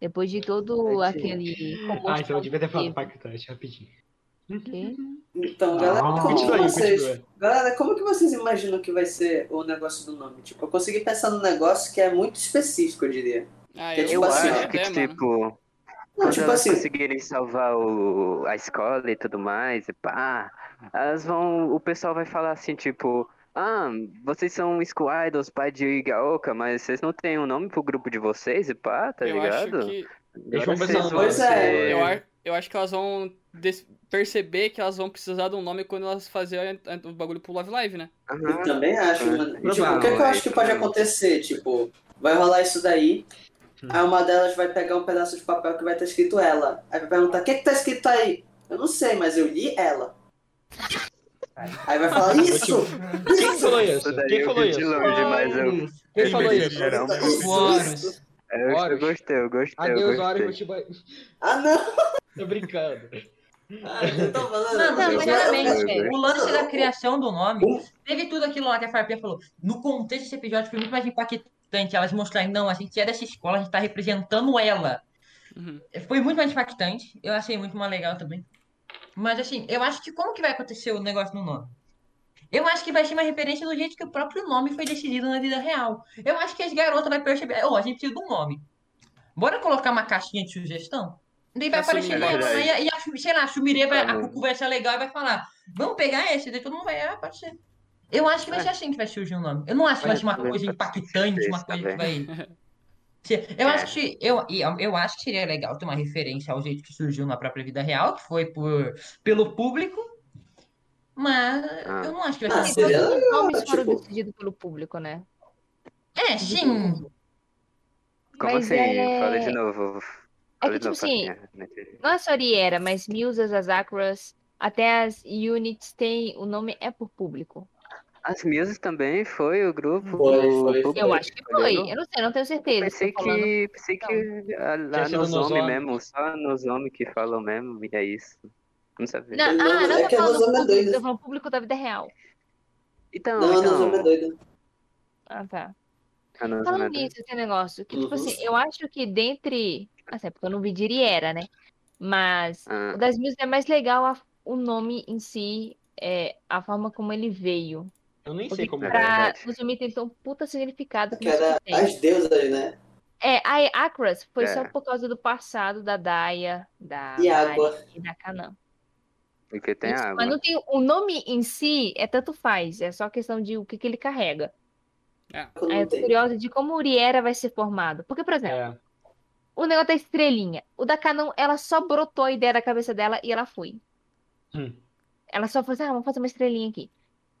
G: Depois de todo
C: Ai, gente.
G: aquele.
H: Ah, então eu devia ter falado
G: teve.
H: impactante, rapidinho.
G: Ok.
E: então, galera,
H: Ah,
E: como que
H: continua aí,
E: vocês.
H: continua.
E: Galera, como que vocês imaginam que vai ser o negócio do nome? Tipo, eu consegui pensar num negócio que é muito específico, eu diria.
D: Ah,
E: Eu
D: eu,
C: Eu
E: assim,
C: acho que,
D: até, mano.
C: tipo,
E: Não,
C: quando
E: tipo
C: elas
E: assim,
C: conseguirem salvar o- a escola e tudo mais, e pá, elas vão. O pessoal vai falar assim, tipo. Ah, vocês são School Idols, pai de Igaoka, mas vocês não têm um nome pro grupo de vocês e pá, tá
D: eu
C: ligado?
D: acho que.
H: Eles vão
C: Agora
H: pensar
C: vocês
H: no
C: vão
E: nome. Pois é.
C: ser-
D: Eu, ar- eu acho que elas vão des- perceber que elas vão precisar de um nome quando elas fazerem a- a- o bagulho pro Love Live, né?
E: eu
C: Aham.
E: também acho,
C: Ah,
E: mano.
C: provável,
E: Tipo, o que, que eu
C: é,
E: acho que pode
C: provável.
E: acontecer? Tipo, vai rolar isso daí,
H: Hum.
E: aí uma delas vai pegar um pedaço de papel que vai estar escrito ela. Aí vai perguntar, o que que tá escrito aí? Eu não sei, mas eu li ela. Aí vai falar, isso!
H: Quem falou
C: Isso
H: isso?
C: daí
H: Quem
C: eu
H: falou
C: vi de
H: isso?
C: longe, mas eu,
H: Quem falou
C: Ele
H: isso?
C: era um
E: Isso,
A: Horus.
E: isso.
C: eu
H: Horus.
C: gostei, eu gostei.
H: Adeus,
C: eu
H: hora
C: gostei.
H: eu te banho.
E: Ah, não!
H: Tô brincando.
E: Ah, eu tô falando.
A: Mano,
G: Não, mas
A: sinceramente,
C: eu- eu-
A: velho, Uhum. o lance da criação do nome,
E: Uh.
A: teve tudo aquilo lá que a Farpia falou. No contexto desse episódio, foi muito mais impactante elas mostrarem, não, a gente é dessa escola, a gente tá representando ela.
D: Uhum.
A: Foi muito mais impactante, eu achei muito mais legal também. Mas assim, eu acho que como que vai acontecer o negócio no nome? Eu acho que vai ser uma referência do jeito que o próprio nome foi decidido na vida real. Eu acho que as garotas vão perceber, oh, a gente precisa de um nome. Bora colocar uma caixinha de sugestão? Daí vai aparecer
D: Assumir,
A: ela,
C: né?
A: e, a- e a, sei lá, a Shumirei vai, a
C: Uhum.
A: Cucu vai ser legal e vai falar, vamos pegar esse, daí todo mundo vai ah, pode ser. Eu acho que vai ser assim que vai surgir o nome. Eu não acho que vai ser uma
C: É. Olha,
A: coisa
C: também tá pode
A: impactante,
C: ser
A: uma
C: isso
A: coisa que
C: também.
A: vai. Se- Eu,
C: É.
A: acho que, eu, e eu, eu acho que seria legal ter uma referência ao jeito que surgiu na própria vida real, que foi por, pelo público, mas
C: Ah.
A: eu não acho que
E: Ah,
A: vai ser.
E: seria
G: Os nomes
E: legal,
G: foram
E: tipo-
G: decididos pelo público, né?
A: É, sim.
C: Como
G: Mas
C: assim?
G: é-
C: Fala de novo.
G: É
C: Fala
G: que,
C: de novo,
G: tipo assim,
C: Fafinha. Não entendi.
G: não é só Riera, mas Milsas, as Acras, até as Units têm. O nome é por público.
C: As Muses também foi o grupo.
E: Foi, foi.
C: público
G: Eu acho que foi. Eu
C: escolheu?
G: não sei, eu não tenho certeza.
C: tá Pensei
G: Estou falando. então.
C: que, pensei que ah, lá
H: Tinha sido
C: nos
H: nos
C: homens
H: homens.
C: mesmo, só nos homens que falam mesmo, e é isso. Não sabia.
G: Não,
E: Não,
G: ah,
E: é
G: não
E: que
G: tô falando
E: nós somos
G: público,
E: doidos.
G: tô falando público da vida real.
C: Então,
E: Não,
C: então.
E: não, não é doido.
G: Ah, tá.
C: Ah, não, não é
G: Falando
C: doido.
G: nisso, tem negócio que, tipo
E: Uhum.
G: assim, eu acho que dentre. Assim, é porque eu não vi Diriera, né? Mas
C: Ah,
G: o das Mills é mais legal a- o nome em si, é, a forma como ele veio.
H: Eu nem sei
G: Porque
H: como
C: É
H: é.
G: pra
C: verdade.
G: os Umi tem um puta significado que
E: Que
G: isso
E: era
G: que tem.
E: as deusas, né?
G: É, a Acras foi só
C: É.
G: por causa do passado da Daya, da
E: E
G: Mari
E: água.
G: e da Kanan.
C: Porque tem Ah,
G: Isso,
C: água.
G: mas não tem, o nome em si é tanto faz, é só questão de o que, que ele carrega.
E: Quando
G: Aí eu
E: não
G: tô
E: tem.
G: curiosa de como o Uriera vai ser formado. Porque, por exemplo,
H: É.
G: o negócio da estrelinha. O da Canon, ela só brotou a ideia da cabeça dela e ela foi.
H: Hum.
G: Ela só falou assim, ah, vamos fazer uma estrelinha aqui.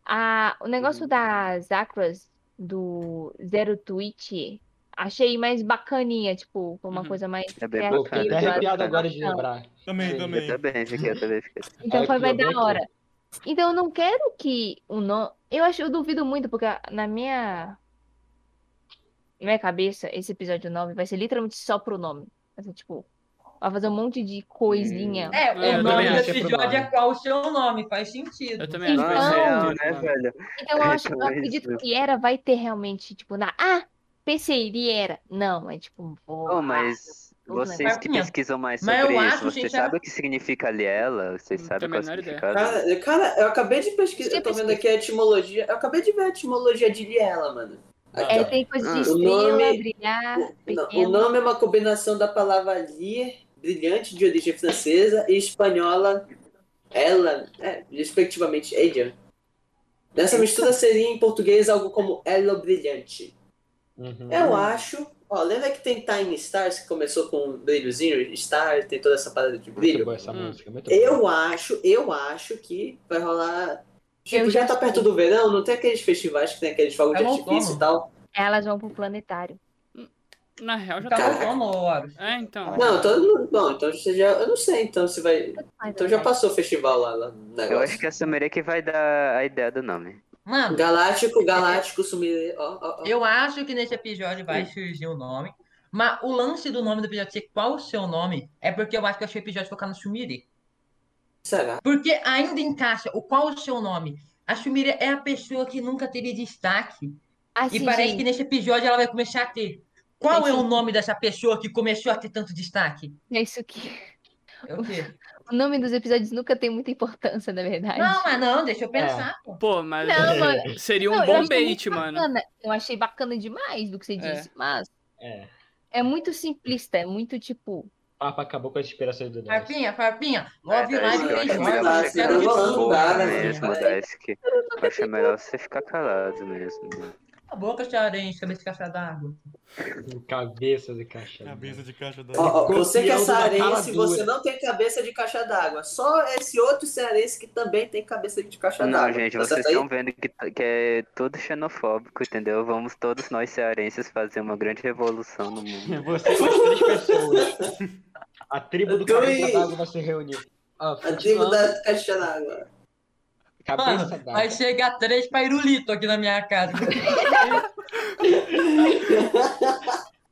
G: Ah, o negócio
C: Uhum.
G: das Acras, do Zero Twitch, achei mais bacaninha, tipo, uma
D: Uhum.
G: coisa mais
C: É bem
H: Pô, fiquei até
C: bacana,
G: criativa.
C: bem
H: arrepiado
G: tá
C: bacana.
H: agora de lembrar.
F: Também, também.
C: Eu também fiquei, eu também fiquei.
G: Então
H: Ai,
G: foi
H: que
G: mais da
H: legal.
G: hora. Então eu não quero que o nome. Eu acho, eu duvido muito, porque na minha. Na minha cabeça, esse episódio 9 vai ser literalmente só pro nome. Assim, tipo, vai fazer um monte de coisinha.
A: É,
D: É,
A: o nome
D: eu também
A: do
H: acho que é pro
A: episódio é
H: nome.
A: qual o seu nome, faz sentido.
D: Eu também acho
G: Então-
D: que vai ser
C: Real,
D: outro,
C: né,
D: mano.
C: velho?
G: Então eu
C: É,
G: acho, eu
C: então é
G: acredito
C: isso.
G: que era vai ter realmente, tipo, na. Ah, pensei, ele era. Não, é tipo, vou.
C: Oh, mas
G: eu lembro.
C: vocês que
A: Mas,
C: pesquisam mais
A: mas
C: sobre
A: eu
C: isso,
A: acho,
C: vocês
A: gente,
C: sabem
A: era-
C: o que significa Liela? Vocês
D: Não
C: sabem qual é
D: tenho a
C: o
D: menor ideia.
C: significado?
E: Cara, cara, eu acabei de pesquisar.
G: Você
E: Eu tô vendo aqui a etimologia. Eu acabei de ver a etimologia de Liela, mano. Aqui,
G: É,
E: ó.
G: tem coisa de
C: Ah.
E: O
G: estrela,
E: nome-
G: brilhar,
E: O, o
G: pequeno.
E: nome é uma combinação da palavra lir, brilhante, de origem francesa, e espanhola, ela, é, respectivamente, ella. Nessa mistura seria em português algo como elo brilhante.
H: Uhum.
E: Eu acho. Ó, lembra que tem Tiny Stars, que começou com um brilhozinho, Star, tem toda essa parada de
H: Muito
E: brilho?
H: boa essa
D: Hum.
H: música, muito boa.
E: Eu acho, eu acho que vai rolar. Tipo,
G: Eu
E: já
G: já
E: tá perto do verão, não tem aqueles festivais que tem aqueles fogos
A: É
E: de
A: no
E: artifício
A: outono.
E: e tal.
G: Elas vão pro planetário.
D: Na real já
A: Tá
D: tá.
E: Caraca.
A: no outono, Horus.
D: É, então.
E: Não, então, bom, então você já. Eu não sei então se vai.
G: Mas
E: Então
G: é
E: já
G: verdade.
E: passou o festival lá, lá no negócio.
C: Eu acho que essa Sumire que vai dar a ideia do nome.
A: Mano,
E: Galáctico, Galáctico sumir. Ó, ó, ó.
A: eu acho que nesse episódio vai surgir o nome. Mas o lance do nome do episódio ser qual o seu nome é porque eu acho que eu achei o episódio focado no Shumiri.
E: Será?
A: Porque ainda encaixa o qual o seu nome. A Shumiri é a pessoa que nunca teve destaque.
G: Assim,
A: e parece
G: gente,
A: que nesse episódio ela vai começar a ter. Qual é o
G: Esse-
A: nome dessa pessoa que começou a ter tanto destaque?
G: é isso que.
A: É o quê?
G: O nome dos episódios nunca tem muita importância, na verdade.
A: Não, mas não, deixa eu pensar, pô.
D: Pô, mas
G: Não, mano.
D: seria um
G: Não, tá. eu
D: bom
G: achei
D: bait,
G: muito
D: mano.
G: bacana. Eu achei bacana demais do que você
D: É.
G: disse, mas
H: É.
G: é muito simplista, é muito tipo.
H: O papo acabou com as inspirações do Deus.
A: Farpinha, Farpinha, Love Live
C: É, Daisuke, eu acho
A: fez
E: melhor
A: mais
E: você
A: sucesso que
E: ficar
A: tudo.
E: calado,
A: Cala
C: mesmo,
E: né?
C: Daisuke. Eu acho melhor você ficar calado mesmo.
A: a boca, cearense, cabeça de caixa d'água.
H: Cabeça de caixa.
F: Cabeça de caixa da.
E: Ó, ó, você que é
H: Campeão da
E: cearense,
H: caladura.
E: você não tem cabeça de caixa d'água. Só esse outro cearense que também tem cabeça de caixa d'água.
C: Não, gente,
E: Tá
C: vocês
E: certo aí?
C: estão vendo que, que é todo xenofóbico, entendeu? Vamos todos nós cearenses fazer uma grande revolução no mundo.
H: [laughs] Você e mais três pessoas. A tribo do
E: Dois.
H: cabeça d'água vai se reunir. Ah,
E: A tribo da caixa d'água.
H: Cabeça
A: Mano,
H: d'água.
A: vai chegar três pairulito aqui na minha casa.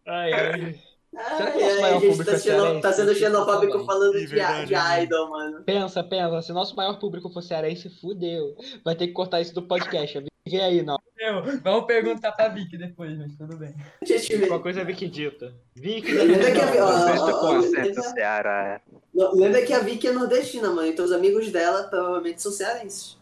H: Ai, ai. Será que
E: Ai,
H: nosso
E: ai,
H: maior
E: gente,
H: público
E: tá,
H: é
E: sendo-
H: cearense?
E: tá sendo xenofóbico
H: Também.
E: falando
F: Ih,
E: de,
F: verdade,
E: de
F: né?
E: idol, mano.
H: Pensa, pensa. Se nosso maior público for cearense, fudeu. Vai ter que cortar isso do podcast. Vê aí, não.
A: Meu, Vamos perguntar pra Vicky depois, mas tudo bem.
E: Gente,
H: Qualquer coisa é Vicky dita. é Vicky
E: Lembra que a- ó, ó, ó,
C: 60% Ceará.
E: não, lembra que a Vicky é nordestina, mano. Então os amigos dela provavelmente são cearenses.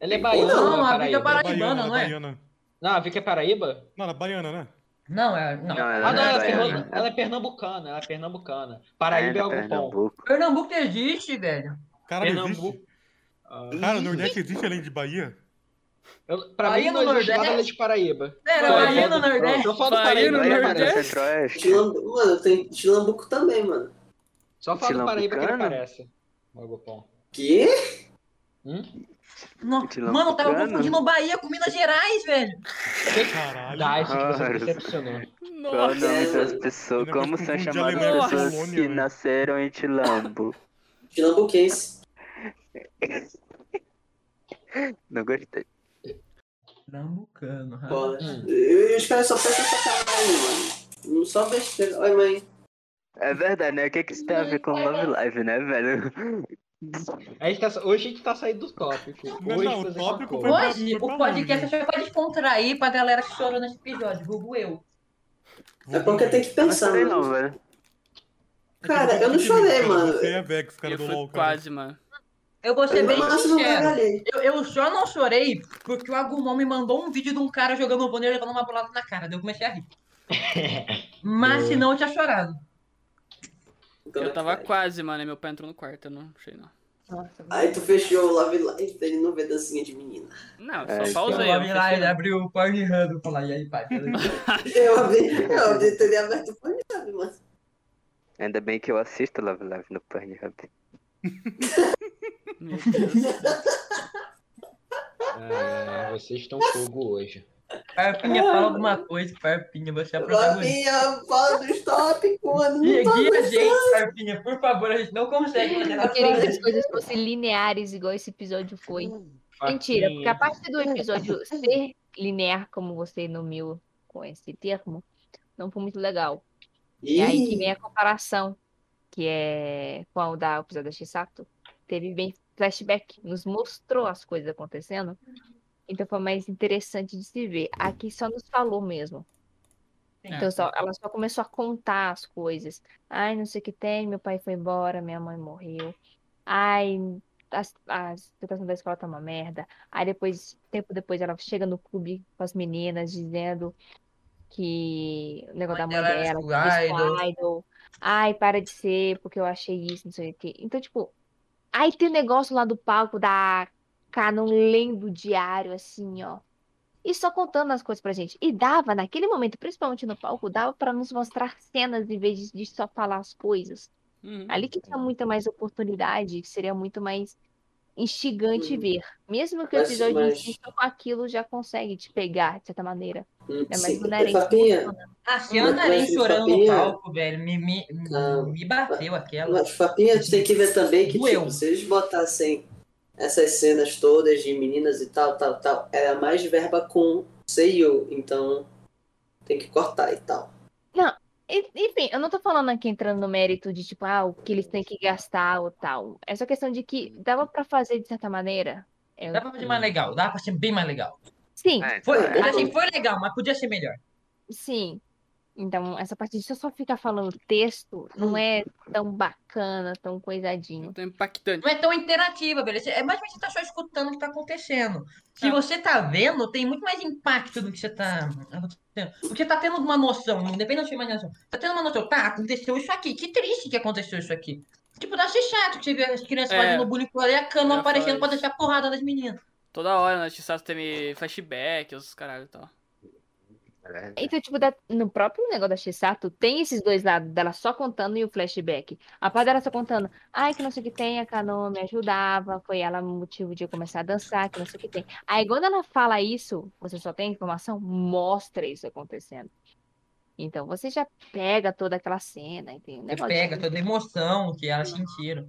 H: Ela é baiana.
E: Não,
H: ou
A: a
H: é
A: Vicky é
H: paraíba.
A: Paraibana, não é?
F: baiana.
H: Não, a Vicky é paraíba?
F: né? Não, ela é baiana, né?
A: Não, é. Não.
C: Não,
H: Ah,
C: ela
H: não,
C: não é
H: ela é,
C: baiana.
H: perna- ela é pernambucana, ela é pernambucana. Paraíba é
C: Ela né,
H: algum pão.
C: Pernambuco.
A: Pernambuco que existe, velho.
F: Cara, não
H: Pernambuco.
F: existe.
H: Ah,
F: Cara, o Nordeste existe além de Bahia?
H: eu- pra
A: Bahia
H: mim não
A: no
H: existe nada
A: Nordeste?
H: além de Paraíba.
A: Era
D: Vai,
A: Bahia
H: foda-
A: no Nordeste.
H: Só falta
D: Bahia
H: Paraíba,
D: no
H: né,
C: Bahia
H: Maria?
D: Nordeste?
C: no Centro-Oeste.
E: Tilambu... Mano, tem Tilambuco também, mano.
H: Só falta Paraíba que ele
C: Pernambucano?
H: parece. Mago pão.
E: Que?
H: Hum?
A: Não,
C: Pernambucano?
A: Mano, eu tava confundindo Bahia com Minas Gerais, velho.
F: Caralho.
H: Dá, isso que você
C: Ah,
H: me decepcionou.
C: Qual o
D: Nossa.
C: nome das pessoas?
F: Ainda
C: Como
F: mais
H: um
C: são
F: confunde
C: chamadas
F: Alemanha
C: as
F: com
C: pessoas
F: Polônia,
C: que
H: né?
F: velho.
C: nasceram em Tilambo?
E: Tilambuquense.
C: Não gostei.
A: Pernambucano, rapaz.
E: Bola.
H: Hum.
E: E Os caras só pensam sacanagem, mano. Não Só besteira. Oi, mãe.
C: É verdade, né? O que, que isso tem a ver com Love Live, né, velho?
H: A gente tá sa- hoje a gente tá saindo do tópico.
F: Não,
H: Hoje
F: não, o
H: fazer
F: tópico
H: essa
F: foi-
H: coisa.
A: Hoje,
F: pra
A: o podcast
F: onde?
A: foi pra descontrair pra galera que chorou nesse episódio, vulgo eu.
E: É porque tem que
C: Eu não
E: pensar,
C: sei não,
E: mano.
C: velho.
E: Cara, eu não chorei, mano.
F: Você é Vex, cara
D: Eu
F: do
D: fui
F: LOL, cara.
D: quase, mano.
A: Eu vou ser
E: Eu
A: bem
E: quase não
A: sincero.
E: gargalhei.
A: Eu, eu só não chorei porque o Agumon me mandou um vídeo de um cara jogando o banner e levando uma bolada na cara. Daí eu comecei a rir. Mas
H: Boa.
A: senão eu tinha chorado.
D: Eu tava quase, mano. e Meu pai entrou no quarto, eu não achei, não.
G: Nossa,
E: Aí tu fechou o Love Live pra ele não ver dancinha de menina.
D: Não,
C: É,
D: só
C: então.
A: Eu
D: pausei. eu não
A: abri lá,
D: fechei,
A: ele
D: não.
A: abriu o Pornhub e falei, e aí, pai?
E: Eu abri, eu abri, teria aberto o fone, sabe, mano.
C: Ainda bem que eu assisto Love Live no Pornhub.
D: Meu Deus.
H: Ah, vocês estão É, fogo hoje.
A: Parpinha, fala alguma coisa, Parpinha. Você é a protagonista.
E: Robinha, fala do stop quando
A: E
E: não tá
A: aqui a
E: mais-
A: gente, Parpinha, por favor, a gente não consegue fazer
C: É
G: Eu
A: nada.
G: queria que as coisas fossem lineares, igual esse episódio foi. Mentira, porque a partir do episódio ser linear, como você nomeou com esse termo, não foi muito legal. E aí que vem a comparação, que é com o da episódio da Shisato. Teve bem flashback, nos mostrou as coisas acontecendo. Então foi mais interessante de se ver. Aqui só nos falou mesmo. Então só- ela só começou a contar as coisas. Ai, não sei o que tem, meu pai foi embora, minha mãe morreu. Ai, a, a situação da escola tá uma merda. Aí depois, tempo depois, ela chega no clube com as meninas dizendo que o negócio
A: Mãe
G: da
A: dela
G: mãe
A: era
G: dela,
A: school
G: que era
A: idol.
G: school idol. Ai, para de ser, porque eu achei isso, não sei o quê. Então, tipo, aí tem um negócio lá do palco da Canon lendo o diário, assim, ó. E só contando as coisas pra gente. E dava, naquele momento, principalmente no palco, dava pra nos mostrar cenas em vez de- de só falar as coisas.
D: Uhum.
G: Ali que tinha muita mais oportunidade, que seria muito mais instigante
E: Uhum.
G: ver. Mesmo que o
E: Mas-
G: episódio em si,
E: mas-
G: só com aquilo já consegue te pegar, de certa maneira.
E: Hum,
G: mas
E: sim.
G: o nariz-
E: Fapinha,
A: Achei a Naren chorando no palco, velho. Me, me,
E: Ah,
A: me bateu aquela.
E: mas, Fapinha, tu tem que ver também que,
A: Doeu.
E: tipo, se eles botassem essas cenas todas de meninas e tal, tal, tal, era mais verba com seio, então tem que cortar e tal.
G: E- Enfim, eu não tô falando aqui entrando no mérito de tipo, ah, o que eles têm que gastar ou tal. É só questão de que dava pra fazer de certa maneira. Eu-
A: Dá pra fazer mais legal, dá pra ser bem mais legal.
G: Sim,
C: É,
A: Foi,
E: É, eu
A: achei que foi legal, mas podia ser melhor.
G: sim. Então, essa parte de só ficar falando texto
A: Hum.
G: não é tão bacana, tão coisadinho.
D: Então, impactante.
A: Não é tão interativa, beleza? É mais você tá só escutando o que tá acontecendo. Se você tá vendo, tem muito mais impacto do que você tá acontecendo. Porque tá tendo uma noção, não depende da sua imaginação. Tá tendo uma noção, tá, aconteceu isso aqui. Que triste que aconteceu isso aqui. Tipo, dá ser chato que você vê as crianças
D: É.
A: fazendo bullying com ela e a
D: Eu
A: cana
D: ia falar
A: aparecendo pra
D: isso.
A: deixar porrada nas meninas.
D: Toda hora né, na Shisato teve flashback, os caralho e tal.
G: Então, tipo, da- no próprio negócio da Shisato, tem esses dois lados, dela só contando e o flashback. A parte dela só contando, ai, que não sei o que tem, a Kanon me ajudava, foi ela o motivo de eu começar a dançar, que não sei o que tem. Aí, quando ela fala isso, você só tem informação, mostra isso acontecendo. Então, você já pega toda aquela cena, entendeu? Um
A: Você É pega toda a emoção que elas sentiram.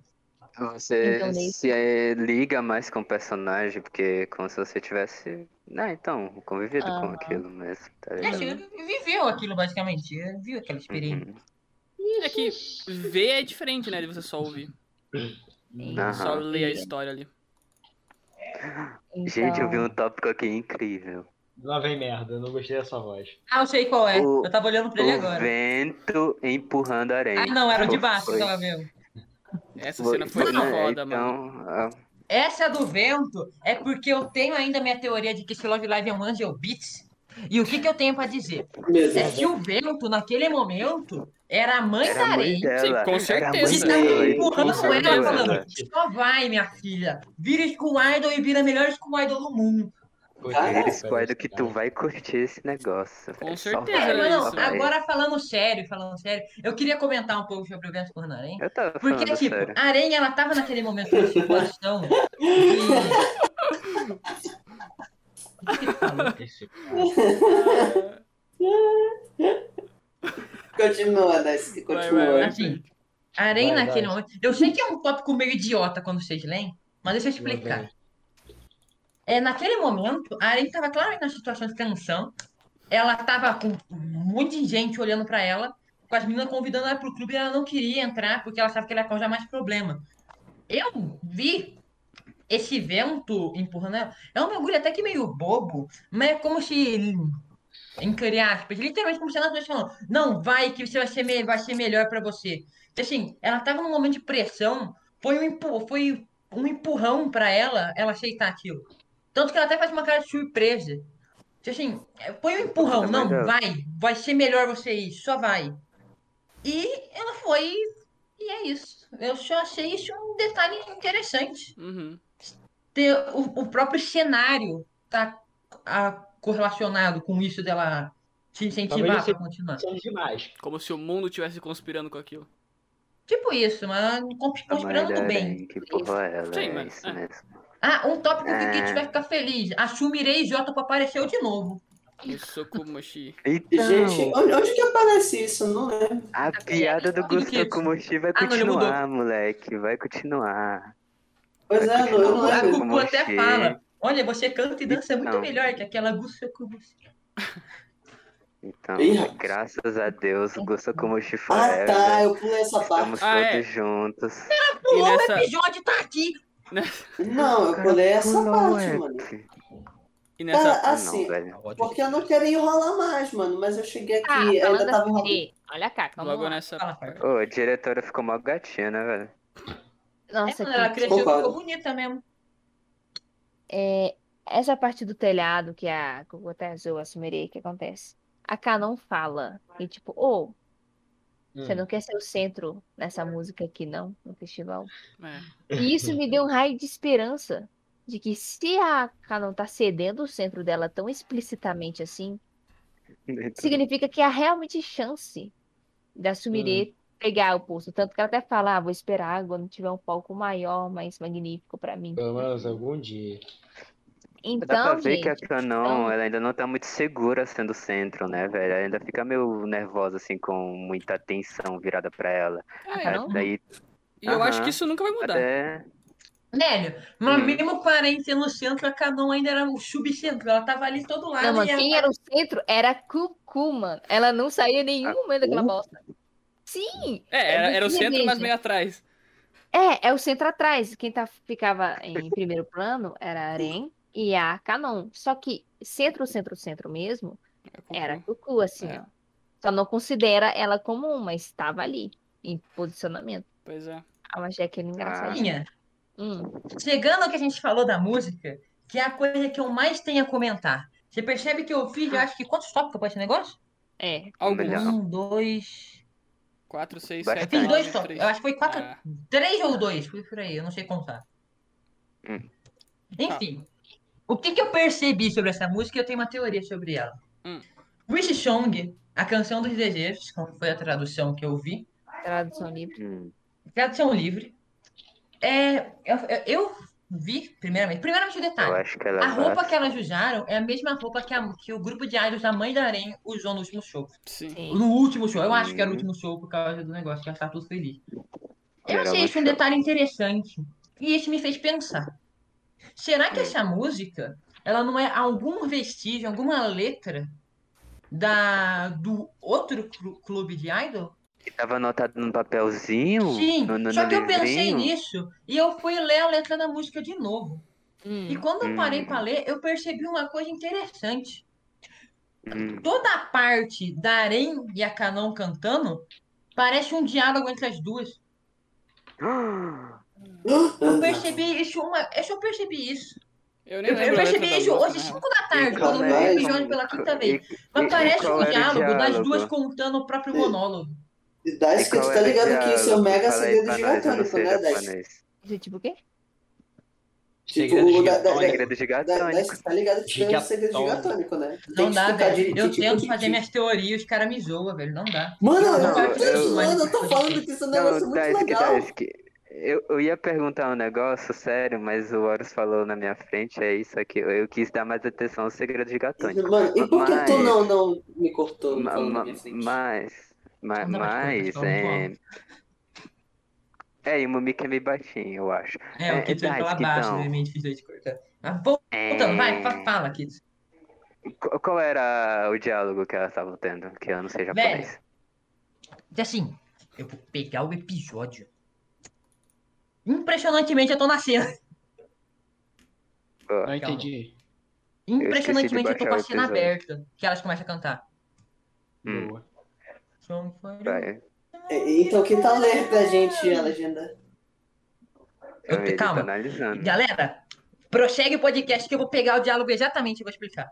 C: Você
G: Então, nesse-
C: se eh, liga mais com o personagem, porque como se você tivesse. Ah, então, convivido com
G: Aham.
C: aquilo mesmo, tá
A: E a
C: ligado?
A: Shirley viveu aquilo, basicamente. Viu aquela experiência.
C: Uhum.
D: É que ver é diferente, né? De você só ouvir.
C: Aham.
D: Só ler a história ali.
C: Gente, eu vi um tópico aqui incrível.
H: Lá vem merda, eu não gostei dessa voz.
A: Ah, eu sei qual é.
C: O-
A: Eu tava olhando pra ele
C: O
A: agora.
C: vento empurrando a areia.
A: Ah, não, era o de baixo, que
C: Foi-
A: eu tava vendo.
D: Essa cena foi
C: né?
D: foda, mano.
C: Então, ah,
A: Essa do vento é porque eu tenho ainda minha teoria de que esse Love Live é um Angel Beats. E o que, que eu tenho pra dizer?
E: Meu
A: É
E: Deus.
A: que o vento, naquele momento, era a mãe
C: era
A: da
C: a mãe
A: areia
C: dela.
D: Sim, com
C: era a mãe
D: certeza.
C: dela,
A: Ele tá
C: ele
A: empurrando
C: empurrou
A: ela,
C: ela.
A: falando. Só vai, minha filha. Vira School Idol e vira a melhor School Idol do mundo.
H: Puta,
E: Ah,
C: Vira
H: cara,
C: squad que tu
H: cara.
C: vai curtir esse negócio.
D: Com
C: velho. Só
D: certeza,
A: É,
C: vai,
D: era
C: só
A: mano,
D: isso.
C: vai.
A: agora falando sério, falando sério, eu queria comentar um pouco sobre o vento por Narém.
C: Eu tava
A: Porque,
C: falando
A: tipo,
C: sério.
A: a Aranha, ela tava naquele momento de
H: [laughs]
A: situação. E... O que que falou?
H: Esse-
E: Continua, Ness,
D: Vai,
E: continua.
D: vai, vai.
A: Assim, a Aranha
H: Vai,
A: naquele
H: vai.
A: momento. Eu sei que é um tópico meio idiota quando vocês leem, mas deixa eu
H: Lá
A: explicar.
H: vem.
A: É, naquele momento, a Aranha tava claramente na situação de tensão. Ela tava com um monte de gente olhando pra ela, com as meninas convidando ela pro clube e ela não queria entrar porque ela sabe que ela ia causar mais problema. Eu vi esse vento empurrando ela. É um mergulho até que meio bobo, mas é como se. Entre aspas, literalmente como se ela estivesse falando: Não, vai que você vai ser, me- vai ser melhor pra você. Então, assim, ela tava num momento de pressão, foi um, empu- foi um empurrão pra ela, ela aceitar aquilo. Tanto que ela até faz uma cara de surpresa. Então, assim, é, foi um empurrão,
C: Mas
A: não,
C: eu-
A: vai, vai ser melhor você ir, só vai. E ela foi, e é isso. Eu só achei isso um detalhe interessante
D: Uhum.
A: ter o, o próprio cenário tá a, correlacionado com isso dela se incentivar
H: Talvez
A: para
H: seja-
A: continuar.
H: São demais.
D: Como se o mundo estivesse conspirando com aquilo.
A: Tipo isso, mas cons-
C: A mãe
A: conspirando
C: da
A: do tá bem.
C: Eren que empurrou ela.
D: Sim,
C: é
D: mano.
C: isso
D: É.
C: mesmo.
A: Ah, um tópico que o Kit
C: É.
A: vai ficar feliz. Assumirei Jota apareceu de novo.
D: Sokomoshi.
E: Gente,
C: Então,
E: onde, onde que aparece isso? Eu Não lembro.
C: a piada do
A: Tudo que-
C: Gusto Kumoshi vai
A: Ah, não, ele
C: é continuar, moleque. Vai continuar.
E: Pois é, eu não
A: A
E: lembro.
A: Cucu até
C: Mochê.
A: fala. Olha, você canta e dança muito
C: Não.
A: melhor que aquela Gusto Kubushi.
C: Então,
E: Ih, rapaz.
C: graças a Deus, Gusto Kumoshi
E: Ah, tá,
C: Forever.
E: eu pulei essa parte.
C: é Estamos
D: Ah, é.
C: todos juntos.
A: Pulou
D: nessa-
A: o episódio, tá aqui.
E: Não, eu pulei essa
C: Pulou,
E: parte,
C: é.
E: mano.
A: [laughs]
D: E
E: Cara,
D: nessa.
C: Ah,
E: assim,
C: não, velho.
E: porque eu não queria enrolar mais, mano, mas eu cheguei aqui,
G: Ah,
E: ainda
G: falando
E: tava
G: assim,
E: enrolando.
G: de- olha cá, é? calma
D: Logo
G: lá.
D: nessa.
A: Fala,
D: parte.
C: Ô, a diretora ficou mal gatinha, né, velho?
G: Nossa,
A: É, ela
G: que-
A: cresceu,
E: Concordo.
A: ficou bonita mesmo.
G: É, essa parte do telhado que a Gugu até zoou a Sumerei, que acontece? A Canon fala, e tipo, ô,
D: Hum.
G: você
A: Hum.
G: não quer ser o centro nessa música aqui, não, no festival?
D: É.
G: E isso me deu um raio de esperança, de que se a Canon tá cedendo o centro dela tão explicitamente assim, significa que há realmente chance da Sumire pegar o posto. Tanto que ela até fala, ah, vou esperar quando tiver um palco maior, mais magnífico pra mim.
H: Pelo menos algum dia.
G: Então,
C: Dá pra ver
G: gente,
C: que a Canon
G: então-
C: ela ainda não tá muito segura sendo centro, né, velho? Ela ainda fica meio nervosa, assim, com muita atenção virada pra ela.
G: Ah,
C: Aí
G: não?
A: Então,
C: Daí
D: E eu acho
C: Aham.
D: que isso nunca vai mudar.
C: até.
A: Velho, mas
C: Hum.
A: mesmo com a Aranha sendo no centro, a Canon ainda era o subcentro. Ela tava ali todo lado.
G: Não, mano,
A: e a-
G: quem é? era o centro era a Cucu, mano. Ela não saía nenhum
C: A
G: momento daquela
C: Cucu?
G: bosta. Sim!
D: É, era, era o
G: Você
D: centro, mas
G: veja.
D: meio atrás.
G: É, é o centro atrás. Quem tá, ficava em primeiro plano era a Aren e a Canon. Só que centro, centro, centro mesmo
A: Uhum.
G: era a Cucu, assim,
D: É.
G: ó. Só não considera ela como uma, mas estava ali, em posicionamento.
D: Pois é.
G: Ah, mas é aquele engraçadinho.
A: Tinha.
G: Hum,
A: Chegando ao que a gente falou da música, que é a coisa que eu mais tenho a comentar. Você percebe que eu fiz, eu acho que quantos tópicos pra esse negócio?
G: é.
C: Melhor.
D: Alguns.
A: Um, dois.
D: 4, 6,
C: Basta
D: 7,
A: Fiz dois
D: 9,
A: tópicos.
D: 3.
A: Eu acho que foi quatro.
D: Ah,
A: Três ou dois, foi por aí, eu não sei contar.
C: Hum.
A: Enfim, o que, que eu percebi sobre essa música, eu tenho uma teoria sobre ela.
D: Hum.
A: Wish Song, a canção dos desejos, como foi a tradução que eu vi,
G: Tradução livre.
C: Hum,
A: tradução livre, é, eu, eu- eu vi, primeiramente, primeiramente o
C: eu
A: detalhe.
C: acho que ela
A: Ah, A roupa
C: vai.
A: que elas usaram é a mesma roupa que, a- que o grupo de idols da mãe da Arém usou no último show.
D: Sim.
G: Sim.
A: No último show, eu acho que era o
C: Uhum.
A: último show por causa do negócio, que ela tá tudo feliz. Eu
C: Era
A: achei
C: no
A: isso um
C: show.
A: detalhe interessante. E isso me fez pensar. Será
C: Hum.
A: que essa música, ela não é algum vestígio, alguma letra da do outro clu- clube de idol?
C: Que tava anotado num papelzinho?
A: Sim,
C: no, no,
A: só
C: no
A: que eu pensei
C: livrinho?
A: nisso e eu fui ler a letra da música de novo. E
G: Hum,
A: quando eu parei
C: Hum.
A: pra ler, eu percebi uma coisa interessante.
C: Hum,
A: toda a parte da Arém e a Canon cantando parece um diálogo entre as duas. Ah,
E: [gasps]
A: Eu percebi isso uma, eu só percebi isso.
D: Eu nem
A: Eu, eu
D: lembro a letra
A: percebi
D: da
A: isso
D: música, né?
A: hoje
D: na real. [laughs]
A: 5 da tarde,
C: E
A: quando eu vi
C: qual
A: o
C: é-
A: episódio pela quinta vez.
C: e- e-
A: Mas
C: e
A: parece
C: qual
A: um
C: era o
A: diálogo das duas
C: diálogo?
A: contando o próprio monólogo.
E: E dá
C: E
E: isso que
C: qual
E: tu tá
C: era o
E: ligado que isso é o
C: diálogo?
E: mega
C: Fala aí
E: segredo
C: pra nós, eu não
E: gigatônico,
C: sei
E: né, Dash?
C: japonês.
G: isso é tipo
A: [laughs]
G: o quê?
E: Tipo,
H: Segredo
E: o da- da-
H: gigatônico.
C: Segredo
E: Da,
C: gigatônico.
E: Dash, tá ligado que isso é um segredo
H: Gigatônico.
E: gigatônico, né?
A: Não dá,
E: explicar
A: velho.
E: direitinho,
A: Eu
E: tipo,
A: tento
E: de-
A: fazer minhas teorias, os caras me zoam, velho. Não dá.
E: Mano,
C: Não,
E: eu
C: não,
E: não tô
C: eu-
E: zoando, eu tô falando que isso é um negócio
C: Não,
E: muito
C: Daisuke,
E: legal.
C: Daisuke, eu, eu ia perguntar um negócio sério, mas o Horus falou na minha frente, é isso aqui. Eu, eu quis dar mais atenção ao segredo gigatônico.
E: Mano, e por que tu
C: Mas-
E: não, não me cortou
C: Ma-
E: falando na
C: ma-
E: minha frente?
C: Mas, ma-
A: Não dá pra
C: mas,
A: escutar,
C: é... É, e o Mumika é meio baixinho, eu acho.
A: É, o Kito
C: é,
A: vai falar
C: Daisuke,
A: baixo,
C: então.
A: é meio difícil de cortar. Mas voltando,
C: É,
A: Então, vai, fa- fala, Kito.
C: qu- Qual era o diálogo que elas estavam tendo? Que eu não sei japonês.
A: Diz assim, eu vou pegar o episódio. Impressionantemente, eu tô nascendo.
C: Pô,
H: Não entendi.
A: Impressionantemente, eu, tô com a
C: baixar o
A: cena
C: episódio.
A: aberta. Que elas começam a cantar. um,
C: Hum.
H: Boa.
C: vai.
E: E- Então quem tá lendo a gente, a legenda?
A: Eu-
C: Ele tá
A: calma.
C: analisando.
A: Galera, prossegue o podcast que eu vou pegar o diálogo exatamente e vou explicar.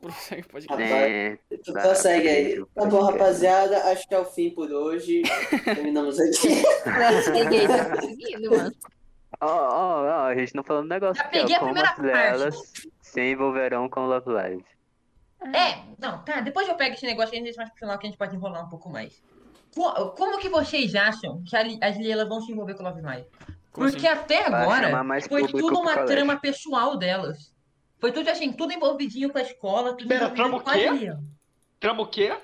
D: Prossegue o podcast.
C: É,
E: Tu
C: Tá,
E: consegue aí.
C: beleza.
E: Tá bom, rapaziada, acho que é o fim por
C: [laughs]
E: hoje. Terminamos aqui. [laughs]
G: Ninguém tá conseguindo, mano.
C: Ó, ó, ó, a gente não falou um negócio
A: Já
C: aqui, ó,
A: peguei a
C: como
A: primeira
C: as delas se envolverão com Love Live.
A: É, não, tá, depois eu pego esse negócio e a gente mais pro final que a gente pode enrolar um pouco mais. Co- Como que vocês acham que a Li- as Lielas vão se envolver com o Love Live?
D: Como
A: Porque
D: assim?
A: até
C: Vai chamar
A: agora
C: mais
A: foi
C: público
A: tudo
C: pro
A: uma
C: colégio.
A: trama pessoal delas. Foi tudo assim, tudo envolvidinho com a escola, tudo
H: Pera,
A: envolvidinho
H: trava o
A: com a
H: quê?
A: linha.
H: Trama o quê?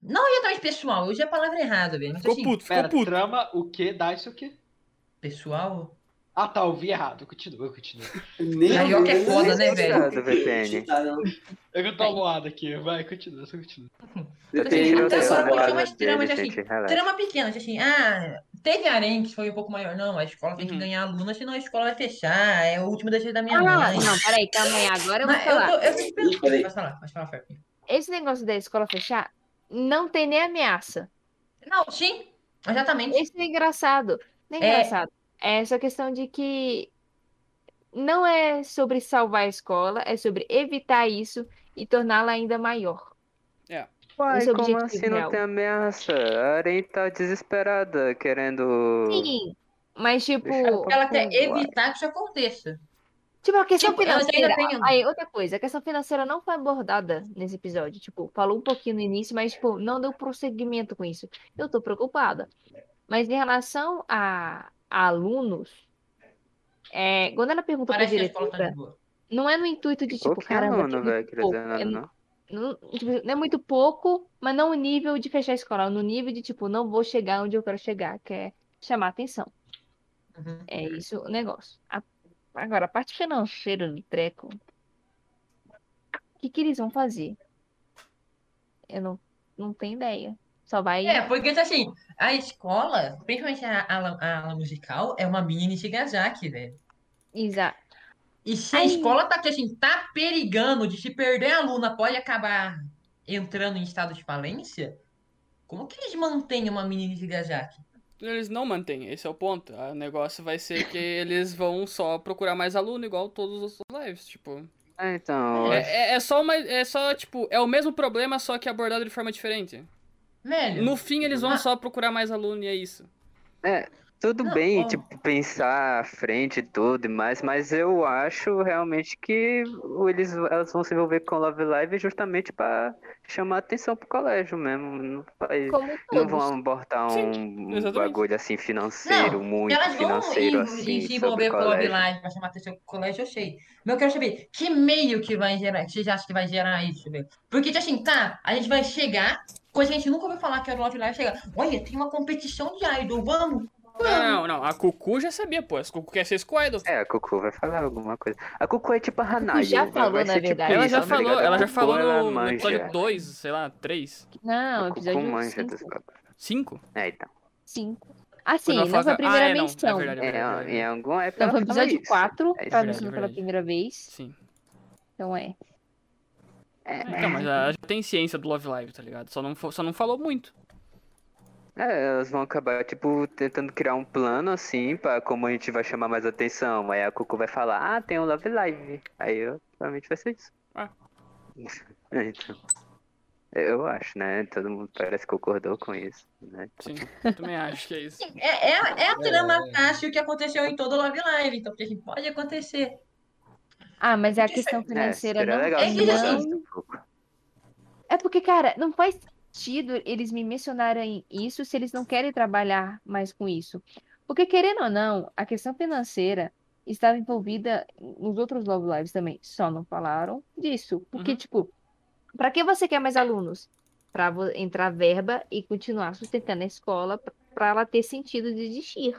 A: Não ia dar pessoal, hoje é a palavra errada, velho. Mas
F: Ficou
A: assim,
F: puto, ficou
H: Pera,
F: puto.
H: trama o quê? Dá isso o quê?
A: pessoal.
H: Ah, tá, ouvi errado. Continua, continua.
E: Nem
A: Carioca é foda, né,
C: velho?
E: tá,
H: Eu que tô aluado aqui. Vai, continua, só continua.
C: Eu
A: Assim,
C: tenho
E: até
C: eu tenho
E: agora
C: uma
A: puxou umas
C: palavra dele,
A: tramas, assim,
C: gente, relaxa.
A: Trama pequena, assim, ah, teve arém que foi um pouco maior. Não, a escola tem que
D: Uhum.
A: ganhar aluno, senão a escola vai fechar. É o último das vezes da minha
G: Ah,
A: mãe.
G: não, peraí, calma aí. Agora eu vou
A: Mas eu,
G: falar.
A: tô, eu tô esperando.
E: Peraí.
A: Pode falar, pode falar, Ferpi.
G: Esse negócio da escola fechar não tem nem ameaça.
A: Não, sim, exatamente.
G: Isso é engraçado. Não é
A: É.
G: engraçado. É essa questão de que não é sobre salvar a escola, é sobre evitar isso e torná-la ainda maior.
C: Uai,
G: Esse é o
C: como
G: objetivo
C: assim
G: real.
C: não tem ameaça? A Arém tá desesperada, querendo.
G: Sim, mas tipo,
C: Deixar pra-
A: Ela quer
C: Uai.
A: evitar que isso aconteça.
G: tipo a questão
A: Tipo, ela ainda
G: financeira.
A: tem-
G: Aí, outra coisa, a questão financeira não foi abordada nesse episódio. Tipo, falou um pouquinho no início, mas tipo, não deu prosseguimento com isso. Eu tô preocupada. Mas em relação a, a alunos, é, quando ela perguntou pra
A: Parece que a escola tá
G: diretora,
A: de boa.
G: não é no intuito de
C: Pô,
G: tipo,
C: que
G: caramba,
C: aluno,
G: que
C: velho,
G: muito pouco.
C: querendo,
G: É no-
C: não.
G: Não, tipo, não é muito pouco, mas não o nível de fechar a escola, no nível de, tipo, não vou chegar onde eu quero chegar, que é chamar atenção.
A: Uhum.
G: É isso o negócio. A- agora, a parte financeira do treco, o que, que eles vão fazer? Eu não, não tenho ideia. Só vai.
A: É, porque assim, a escola, principalmente a a ala, a ala musical, é uma mini Shigazaki, velho.
G: Isa-
A: E se a
G: Ai.
A: escola tá, assim, tá perigando de se perder a aluna, pode acabar entrando em estado de falência, como que eles mantêm uma menina de Gajak?
D: Eles não mantêm, esse é o ponto. O negócio vai ser que eles vão só procurar mais aluno, igual todos os outros lives. Tipo,
C: Ah, então.
D: é, é- é só uma. É só, tipo, é o mesmo problema, só que abordado de forma diferente.
A: Velho,
D: No fim, eles
G: Ah.
D: vão só procurar mais aluno e é isso.
C: Tudo
A: Não,
C: bem,
A: ó.
C: tipo, pensar à frente e tudo e mais, mas eu acho realmente que o- eles, elas vão se envolver com Love Live justamente pra chamar atenção pro colégio mesmo. Não, faz-
G: Como
C: não
G: todos.
C: vão abordar um
D: exatamente.
C: bagulho assim financeiro, muito
A: elas vão
C: financeiro
A: em-
C: assim.
A: em se
C: sobre
A: envolver com o
C: colégio.
A: Live pra chamar atenção pro colégio, eu sei. Mas eu quero saber, que meio que vai gerar, que vocês acham que vai gerar isso, velho? Porque, tipo assim, tá, a gente vai chegar, coisa que a gente nunca ouviu falar que era o Love Live, chegar, olha, tem uma competição de idol, vamos?
D: Não, não, a Cucu já sabia, pô. A Cucu quer ser Squidle.
C: É, a Cucu vai falar alguma coisa. A Cucu é tipo a Hanai.
G: já
C: vai-
G: falou,
C: vai
G: na
C: ser tipo
G: verdade.
C: isso,
D: Ela já
C: tá
D: falou,
C: ligado? A
D: ela já
C: Cucu,
D: falou
C: ela
D: no, no episódio
C: manja.
D: 2, sei lá, 3,
G: Não,
C: A Cucu
G: episódio
C: manja dos
G: 5.
C: bagulhos.
D: cinco
C: É, então.
G: Cinco. Assim, não foi a primeira então."
D: ah, é, não, É
G: menção.
D: verdade, é
C: É,
D: verdade, é
C: ó,
D: verdade.
C: em algum época
G: Não,
C: ela
G: foi o
C: fala
G: episódio
C: isso.
G: 4,
C: É isso
G: ela
C: mesmo.
G: mencionou pela
D: verdade.
G: primeira vez.
D: Sim.
G: Então é.
C: É,
D: Então, mas ela já tem ciência do Love Live, tá ligado? Só não, fo- só não falou muito.
C: É, elas vão acabar, tipo, tentando criar um plano, assim, pra como a gente vai chamar mais atenção. Aí a Cucu vai falar, ah, tem um Love Live. Aí, eu, provavelmente, vai ser isso.
D: Ah.
C: [laughs] É, então. Eu acho, né? Todo mundo parece que concordou com isso, né?
D: Sim, eu também acho que é isso.
A: É, é, a- é a trama fácil que aconteceu em todo o Love Live, então porque, assim, pode acontecer.
G: Ah, mas a questão
C: É,
G: financeira
C: seria
G: não
C: legal
A: É
C: se
A: que já
C: mudasse
G: não-
C: um pouco.
G: É porque, cara, não faz sentido eles me mencionarem isso se eles não querem trabalhar mais com isso. Porque, querendo ou não, a questão financeira estava envolvida nos outros Love Lives também. Só não falaram disso. Porque,
D: Uhum.
G: tipo, para que você quer mais alunos? Para entrar verba e continuar sustentando a escola para ela ter sentido de existir.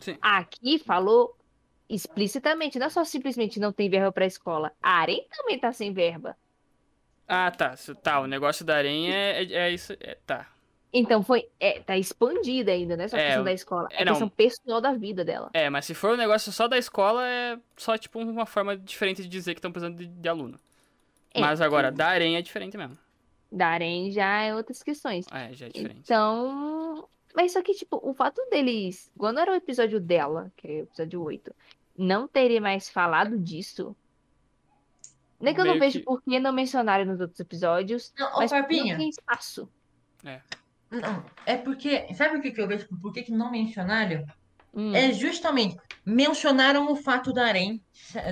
D: Sim.
G: Aqui falou explicitamente, não é só simplesmente não tem verba para a escola. A Arém também tá sem verba.
D: Ah, tá. se- Tá, o negócio da aranha é, é, é isso. é, tá.
G: Então foi. É, tá expandida ainda, né? Só a
D: É,
G: questão da escola. É
D: é,
G: a
D: não.
G: questão pessoal da vida dela.
D: É, mas se for um negócio só da escola, é só, tipo, uma forma diferente de dizer que estão precisando de, de aluno.
G: É.
D: Mas agora, da aranha é diferente mesmo.
G: Da Arém já é outras questões.
D: É, já é diferente.
G: Então. Mas só que, tipo, o fato deles. Quando era o episódio dela, que é o episódio 8, não terem mais falado disso. Nem que eu não
D: Meio
G: vejo
D: que-
G: por que não mencionarem nos outros episódios.
A: Não, ô,
G: Mas não
A: Farpinha,
G: tem espaço.
A: não, é porque, sabe o que, que eu vejo? Por que, que não mencionaram?
G: Hum,
A: É justamente, mencionaram o fato da Arém,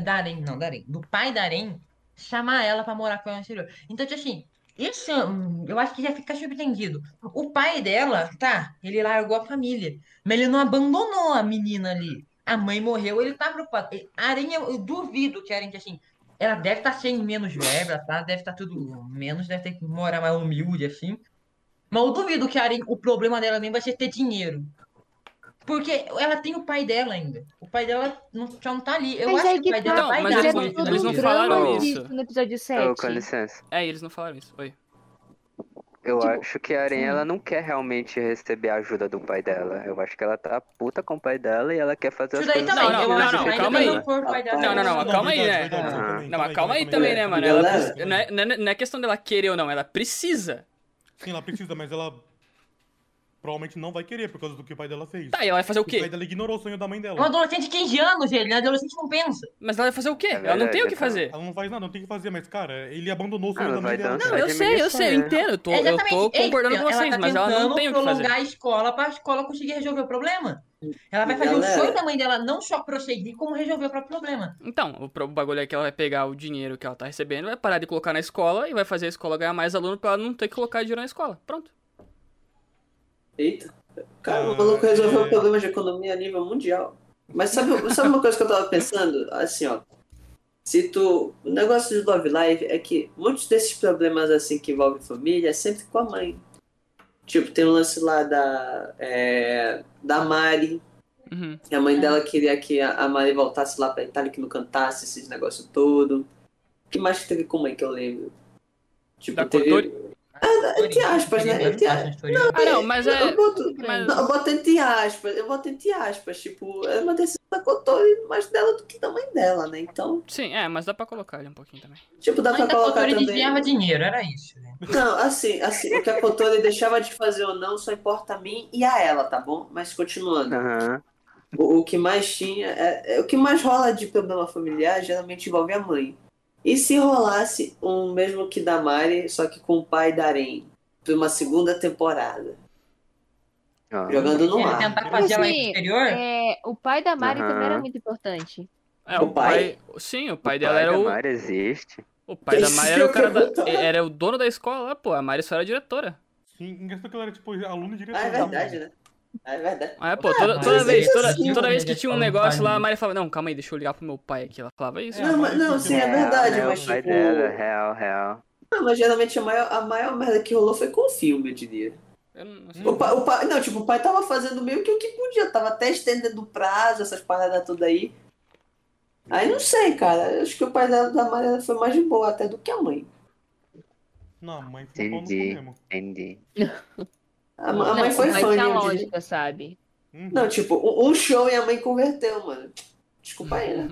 A: da Arém, não, da Arém, do pai da Arém, chamar ela pra morar com ela no exterior. Então, tipo assim, isso hum, eu acho que já fica subentendido. O pai dela, tá, ele largou a família, mas ele não abandonou a menina ali. A mãe morreu, ele tá preocupado. Ele- A Arém, eu eu duvido que a Arém, que assim, Ela deve estar sem menos verba, tá? Deve estar tudo menos, deve ter que morar mais humilde, assim. Mas eu duvido que a Arin, o problema dela nem vai ser ter dinheiro. Porque ela tem o pai dela ainda. O pai dela não, já não tá ali. Eu
G: mas é
A: acho
G: aí
A: que o pai dela
D: tá,
A: vai
D: mas
A: dar.
G: já
D: eles
A: com
D: não-
A: isso,
G: todo
D: eles não
G: um
D: falaram
G: drama
D: isso.
G: disso no episódio
C: Ô,
G: 7.
C: com licença.
D: É, eles não falaram isso. Oi.
C: Eu
G: Tipo,
C: acho que a Aren, ela não quer realmente receber a ajuda do pai dela. Eu acho que ela tá puta com o pai dela e ela quer
A: Isso
C: fazer as
A: daí
C: coisas...
A: também.
D: Não,
A: eu
D: não,
A: acho
D: não,
A: que ainda
C: calma aí.
A: não for o pai dela.
D: Não, não, não, mas calma aí, né?
F: verdade, verdade,
C: Ah.
F: calma aí,
D: Não,
F: calma
D: mas calma aí
F: calma
D: também, né, mano?
E: Galera.
D: Ela pre- não, é, não é- não é questão dela querer ou não, ela precisa.
F: Sim, ela precisa, mas ela provavelmente não vai querer por causa do que o pai dela fez.
D: Tá, e ela vai fazer o
F: O pai
D: quê?
F: dela ignorou o sonho da mãe dela.
A: É um adolescente de 15 anos, ele. né? Adolescente não pensa.
D: Mas ela vai fazer o quê?
C: É
D: Ela não tem
C: verdade,
D: o que
C: cara.
D: fazer.
F: Ela não faz nada, não tem o que fazer, mas, cara, ele abandonou o
C: Ah,
F: sonho
C: ela
F: da
C: vai
F: mãe dela.
C: dançar.
D: Não, eu sei, eu sei, eu entendo. Eu tô,
A: É
D: eu tô
A: exatamente-
D: concordando
A: Eita,
D: com vocês,
A: ela tá
D: mas ela não
A: tentando
D: tem o que fazer.
A: prolongar a escola pra escola conseguir resolver o problema. Ela vai
E: E
A: fazer
E: galera-
A: o sonho da mãe dela não só prosseguir, como resolver o próprio problema.
D: Então, o pro- bagulho é que ela vai pegar o dinheiro que ela tá recebendo, vai parar de colocar na escola e vai fazer a escola ganhar mais aluno pra ela não ter que colocar dinheiro na escola. Pronto.
E: Eita. Cara,
F: Ah,
E: o maluco resolveu
F: é.
E: o problema de economia a nível mundial. Mas sabe, sabe uma coisa que eu tava pensando? Assim, ó. Se tu. O negócio de Love Live é que muitos desses problemas assim que envolvem família é sempre com a mãe. Tipo, tem o lance lá da. é, da Mari.
D: Uhum.
E: A mãe dela queria que a a Mari voltasse lá pra Itália, que não cantasse esses negócios todo. O que mais que teve com mãe que eu lembro? Tipo,
D: Da
E: teve.
D: Cottori?
E: entre aspas, né? Entre aspas.
D: Ah, não, mas
E: eu,
D: é.
E: boto-
D: Mas...
E: não, eu boto entre aspas, eu boto entre aspas, tipo, é uma decisão da Cotori mais dela do que da mãe dela, né? Então,
D: Sim, é, mas dá pra colocar ele um pouquinho também.
E: tipo, dá pra
D: tá
A: Ainda
E: colocar
A: faltou ele
E: também.
A: desviava dinheiro, era isso. né?
E: Não, assim, assim, o que a Cotori [laughs] deixava de fazer ou não só importa a mim e a ela, tá bom? Mas continuando,
C: Aham.
E: o, o que mais tinha, é, é- o que mais rola de problema familiar geralmente envolve a mãe. E se rolasse um mesmo que da Mari, só que com o pai da Aren, pra uma segunda temporada,
C: ó.
E: jogando no
A: Ele
E: ar.
A: tentar fazer ela ir pro
G: Assim,
A: exterior.
G: É, o pai da Mari
C: Aham.
G: também era muito importante.
D: É,
E: O pai?
D: Sim, o pai dela era
C: da
D: o.
C: Mari existe.
D: O pai da
E: Isso
D: Mari era o
E: eu
D: cara da.
E: pergunto.
D: Era o dono da escola lá, pô. A Mari só era diretora.
F: Sim, engraçado que ela era, tipo, aluno e diretor.
E: Ah, é
F: né?
E: verdade, né? Ah, é verdade.
D: Ah, pô, toda,
A: mas
D: toda
E: isso
D: vez,
E: é
D: toda,
E: assim,
D: toda
A: né?
D: vez que
A: Ele
D: tinha um
A: falou,
D: negócio
A: pai,
D: lá, a
A: né?
D: Mari falava, não, calma aí, deixa eu ligar pro meu pai aqui. Ela falava isso.
F: É.
E: Não, mas, não, sim, é verdade,
C: real,
E: mas
C: né?
E: tipo.
C: dela, real, real.
E: Ah, mas geralmente a maior, a maior merda que rolou foi com o filme, eu diria.
D: Eu não sei.
E: O pai, o pai, não, tipo, o pai tava fazendo meio que o que podia, tava até estendendo o prazo, essas paradas todas aí. Aí não sei, cara. Acho que o pai da, da Maria foi mais de boa até do que a mãe.
F: Não, a mãe foi um pau no cu
C: Entendi.
F: mesmo.
C: Entendi.
E: A, ma- a
G: Não,
E: mãe foi
G: mas
E: fã, né,
G: tinha
E: eu diria.
G: lógica, sabe?
F: Uhum.
E: Não, tipo, um, um show e a mãe converteu, mano. Desculpa aí, né?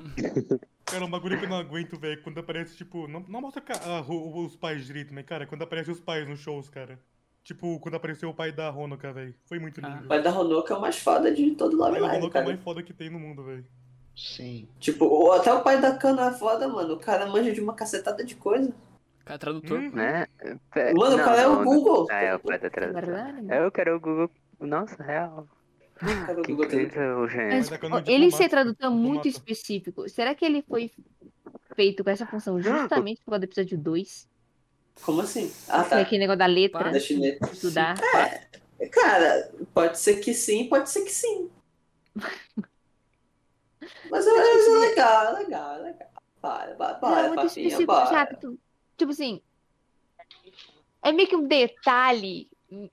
F: Cara, um bagulho que eu não aguento, velho. Quando aparece, tipo, não, não mostra ca- ah, o- os pais direito, mas, cara, quando aparece os pais nos shows, cara. Tipo, quando apareceu o pai da Honoka, velho. Foi muito
D: Ah.
F: lindo.
E: O pai da Ronoka é o mais foda de todo
F: O
E: Love
F: pai da
E: Live,
F: Honoka é o
E: cara.
F: mais foda que tem no mundo, velho.
H: Sim.
E: Tipo, o- até o pai da Cana é foda, mano. O cara manja de uma cacetada de coisa.
D: Cara, tradutor.
F: Hum.
C: Né? Pe-
E: Mano, o
C: não,
E: cara é o
C: não,
E: Google.
C: Ah, é o pai da tradução.
G: é,
C: Eu quero o Google. Nossa, real.
E: Cara, o
C: Ah, Que
E: Google tem-
C: coisa,
G: Mas,
C: urgente.
F: Mas é que eu não
G: ó,
F: digo
G: ele
F: mata,
G: ser tradutor
F: digo
G: muito
F: mata.
G: específico. Será que ele foi feito com essa
E: Ah,
G: função justamente por causa do episódio 2?
E: Como assim? Ah, tá.
G: Aquele negócio da letra,
E: Da chinesa.
G: estudar.
E: Cara, pode ser que sim, pode ser que
G: [laughs]
E: sim. Mas é, é legal, é legal, é legal. Para, para,
G: Não, é
E: para,
G: muito
E: papinha,
G: específico,
E: para.
G: sabe? Tu- Tipo assim. É meio que um detalhe hum,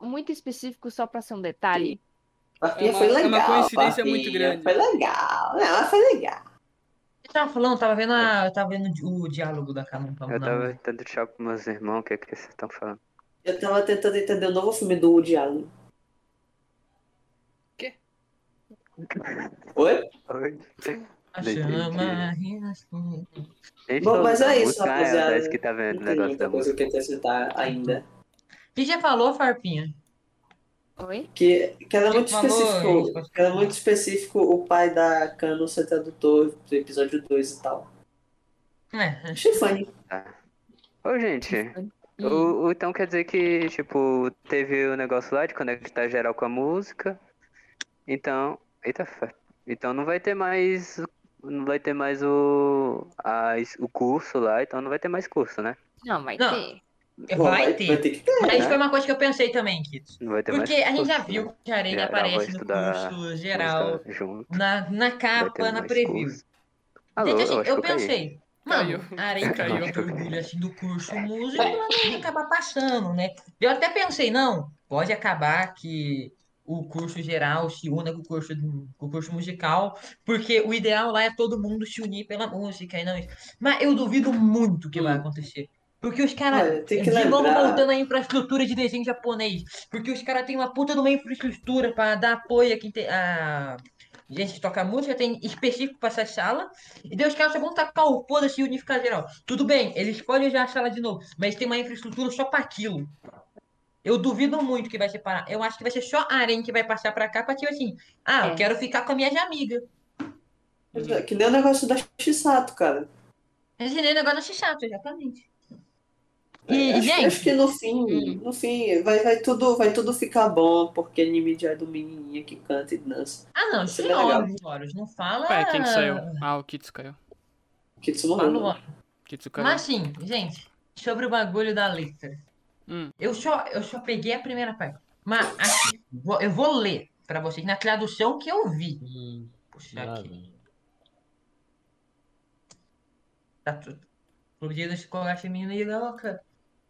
G: muito específico só pra ser um detalhe.
E: Papinha
D: É uma-
E: foi
D: é uma
E: legal.
D: coincidência
E: papinha,
D: muito grande.
E: Foi legal, não, mas foi legal.
A: Eu tava falando, tava vendo, a, eu tava vendo o diálogo da Canon.
C: Eu tava tentando chorar pros meus irmãos, o que, é que vocês estão falando?
E: Eu tava tentando entender o novo filme do Woody Allen.
D: Quê?
E: Oi?
C: Oi.
A: A
C: Entendi.
A: chama renasceu.
C: Gente,
E: Bom,
C: tô-
E: mas é isso,
C: o Caio,
E: rapaziada.
C: parece que tá vendo
E: Não
C: o
E: tem
C: negócio da
E: muita coisa
C: música.
E: que eu acrescentar ainda.
A: Quem já falou, Farpinha?
G: Oi?
E: Que, que era
A: Ele
E: muito
A: falou,
E: específico.
A: ele-
E: que era muito específico o pai da Cano ser tradutor do episódio 2 e tal.
A: É,
E: Achei funny.
C: Ô, gente,
G: Hum.
C: o, o- então quer dizer que, tipo, teve o negócio lá de conectar geral com a música. Então. Eita, fé. Então não vai ter mais. Não vai ter mais o. as- o curso lá, então não vai ter mais curso, né?
G: Não, vai
A: Não.
G: ter.
E: Bom,
A: vai ter.
E: que ter. né?
A: Mas foi uma coisa que eu pensei também, Kito.
C: Não vai ter mais
A: Porque a gente
C: curso,
A: já
C: né?
A: viu que a Arena
C: Geral vai
A: aparece no
C: estudar
A: curso geral,
C: Música junto.
A: na, na
C: Vai ter
A: capa, na
C: mais
A: preview.
C: curso. Alô,
A: Gente, assim,
C: eu
A: eu,
C: acho que eu caí.
A: pensei, Mano,
D: Caiu.
A: a
C: [laughs]
A: areia
D: Caiu.
A: caiu mergulho assim do
C: É.
A: curso músico, ela não ia acabar passando, né? Eu até pensei, não, pode acabar que o curso geral se una com o curso, com o curso musical, porque o ideal lá é todo mundo se unir pela música e não isso. Mas eu duvido muito que
C: Hum.
A: vai acontecer. Porque os caras.
E: Olha, tem que
A: De novo
E: lembrar-
A: voltando à infraestrutura de desenho japonês. Porque os caras têm uma puta de uma infraestrutura pra dar apoio a quem tem. A... Gente que toca música, tem específico pra essa sala. E daí os caras só vão tacar o foda-se e unificar geral. Tudo bem, eles podem usar a sala de novo, mas tem uma infraestrutura só pra aquilo. Eu duvido muito que vai separar. Eu acho que vai ser só a Arém que vai passar pra cá pra tipo assim. Ah, eu
G: É.
A: quero ficar com a minha amiga.
E: Que nem o negócio da Shisato, cara.
A: Esse nem negócio achei chato, exatamente. E,
E: acho,
A: gente,
E: acho que no fim, no fim, vai, vai, tudo, vai tudo ficar bom, porque anime já é do menininha que canta e dança.
A: ah não,
E: isso
A: isso
E: é
A: é
E: legal.
A: óbvio, Horus, não fala.
D: Ué, quem que saiu? Ah, o Kitsu caiu.
E: Kitsumo
A: Fala o
E: não. é
A: Horus.
D: Kitsu caiu.
A: Mas sim, gente, sobre o bagulho da letra.
D: Hum.
A: Eu, só, eu só peguei a primeira parte. Mas assim, vou- eu vou ler pra vocês na tradução que eu vi.
H: Hum,
A: Puxa aqui.
H: maravilha.
A: Tá tudo. Clube de escolar feminino e louca.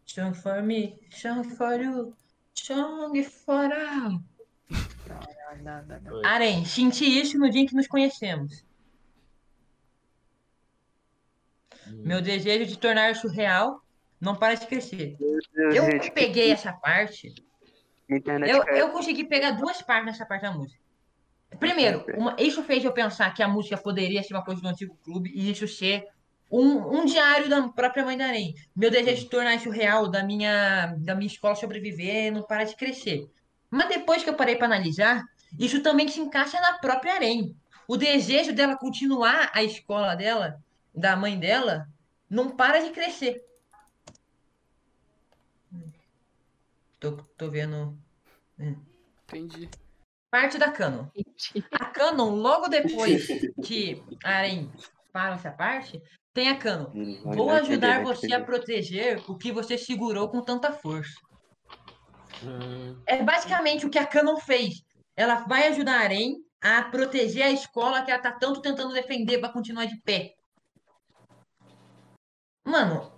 A: Song for me, song for you, song for all.
H: Oi.
A: Arém, senti isso no dia em que nos conhecemos.
C: Hum.
A: Meu desejo de tornar isso real não para de crescer.
C: Meu
A: Eu
C: Deus, gente, que
A: peguei essa parte.
C: internet
A: Eu,
C: caiu.
A: eu consegui pegar duas partes nessa parte da música. Primeiro, uma- isso fez eu pensar que a música poderia ser uma coisa do antigo clube e isso ser um, um diário da própria mãe da Arém. Meu desejo de tornar isso real, da minha, da minha escola sobreviver, não parar de crescer. Mas depois que eu parei para analisar, isso também se encaixa na própria Arém. O desejo dela continuar a escola dela, da mãe dela, não para de crescer. Tô, tô vendo
D: Entendi.
A: Parte da Canon. A Canon, logo depois que a Aren para essa parte, tem a Canon. Vou ajudar você a proteger o que você segurou com tanta força.
H: Hum,
A: É basicamente o que a Canon fez. Ela vai ajudar a Aren a proteger a escola que ela tá tanto tentando defender pra continuar de pé. Mano,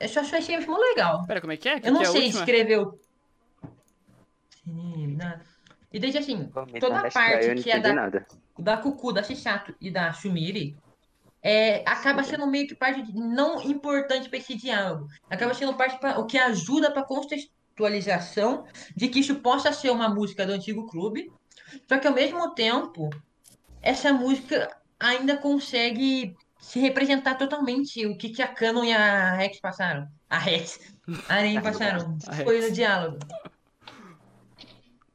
A: eu só achei isso muito legal.
D: Pera, como é que é? Que
A: Eu não
D: que é a
A: sei
D: última?
A: escrever o. Sim, na- E desde assim, toda a parte que é da
C: Nada.
A: da Cucu, da Shichato e da Shumiri é, acaba sendo meio que parte de- não importante para esse diálogo. Acaba sendo parte pra, o que ajuda para contextualização de que isso possa ser uma música do antigo clube. Só que ao mesmo tempo, essa música ainda consegue se representar totalmente o que, que a Canon e a Rex passaram. A Rex. A Arém passaram.
D: [laughs] A Rex.
A: Foi no diálogo.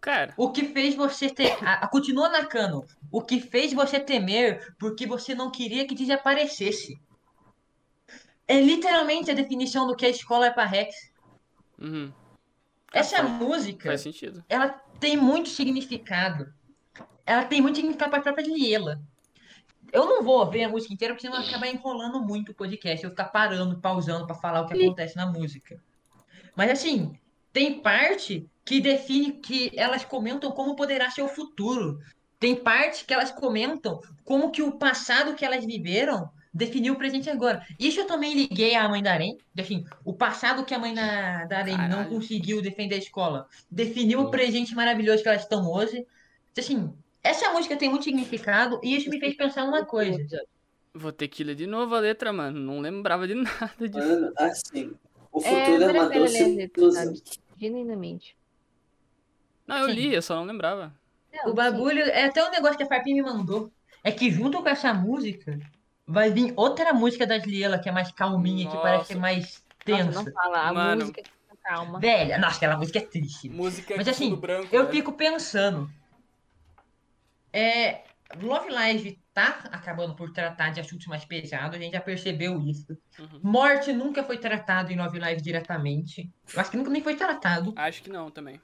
D: Cara,
A: O que fez você ter. a- a- continua na cano. O que fez você temer porque você não queria que desaparecesse. É literalmente a definição do que a escola é pra Rex.
D: uhum,
A: Essa
D: faz-
A: música,
D: faz sentido.
A: ela tem muito significado. Ela tem muito significado pra própria Liela. Eu não vou ver a música inteira porque senão vai acabar enrolando muito o podcast. Eu vou ficar parando, pausando pra falar o que acontece na música. Mas assim, tem parte que define que elas comentam como poderá ser o futuro. Tem parte que elas comentam como que o passado que elas viveram definiu o presente agora. Isso eu também liguei à mãe da Arém. Assim, o passado que a mãe da, da Arém não
D: Caralho.
A: conseguiu defender a escola definiu o presente maravilhoso que elas estão hoje. Assim, essa música tem muito significado e isso me fez pensar numa coisa.
D: Vou ter que ler de novo a letra, mano. Não lembrava de [laughs] nada disso.
E: Mano, assim, o
G: É,
E: futuro é,
G: vale a
E: uma
G: pena ler as
E: doce
G: letras,
E: ilusão.
G: sabe? Genuinamente.
D: Não, eu
A: Sim.
D: li, eu só não lembrava.
G: Não,
A: O bagulho é até um negócio que a Farpim me mandou. É que junto com essa música vai vir outra música das Liela, que é mais calminha, que parece ser
D: Nossa.
A: mais
G: Nossa,
A: tensa.
G: não fala. A
D: Mano.
G: música fica calma.
A: Velha, nossa, aquela música é triste.
D: Música
A: Mas
D: de
A: assim,
D: fundo branco.
A: Eu
D: né?
A: fico pensando. É, Love Live tá acabando por tratar de assuntos mais pesados, a gente já percebeu isso.
D: Uhum.
A: Morte nunca foi tratado em Love Live diretamente. Eu acho que nunca nem foi tratado.
D: Acho que não também.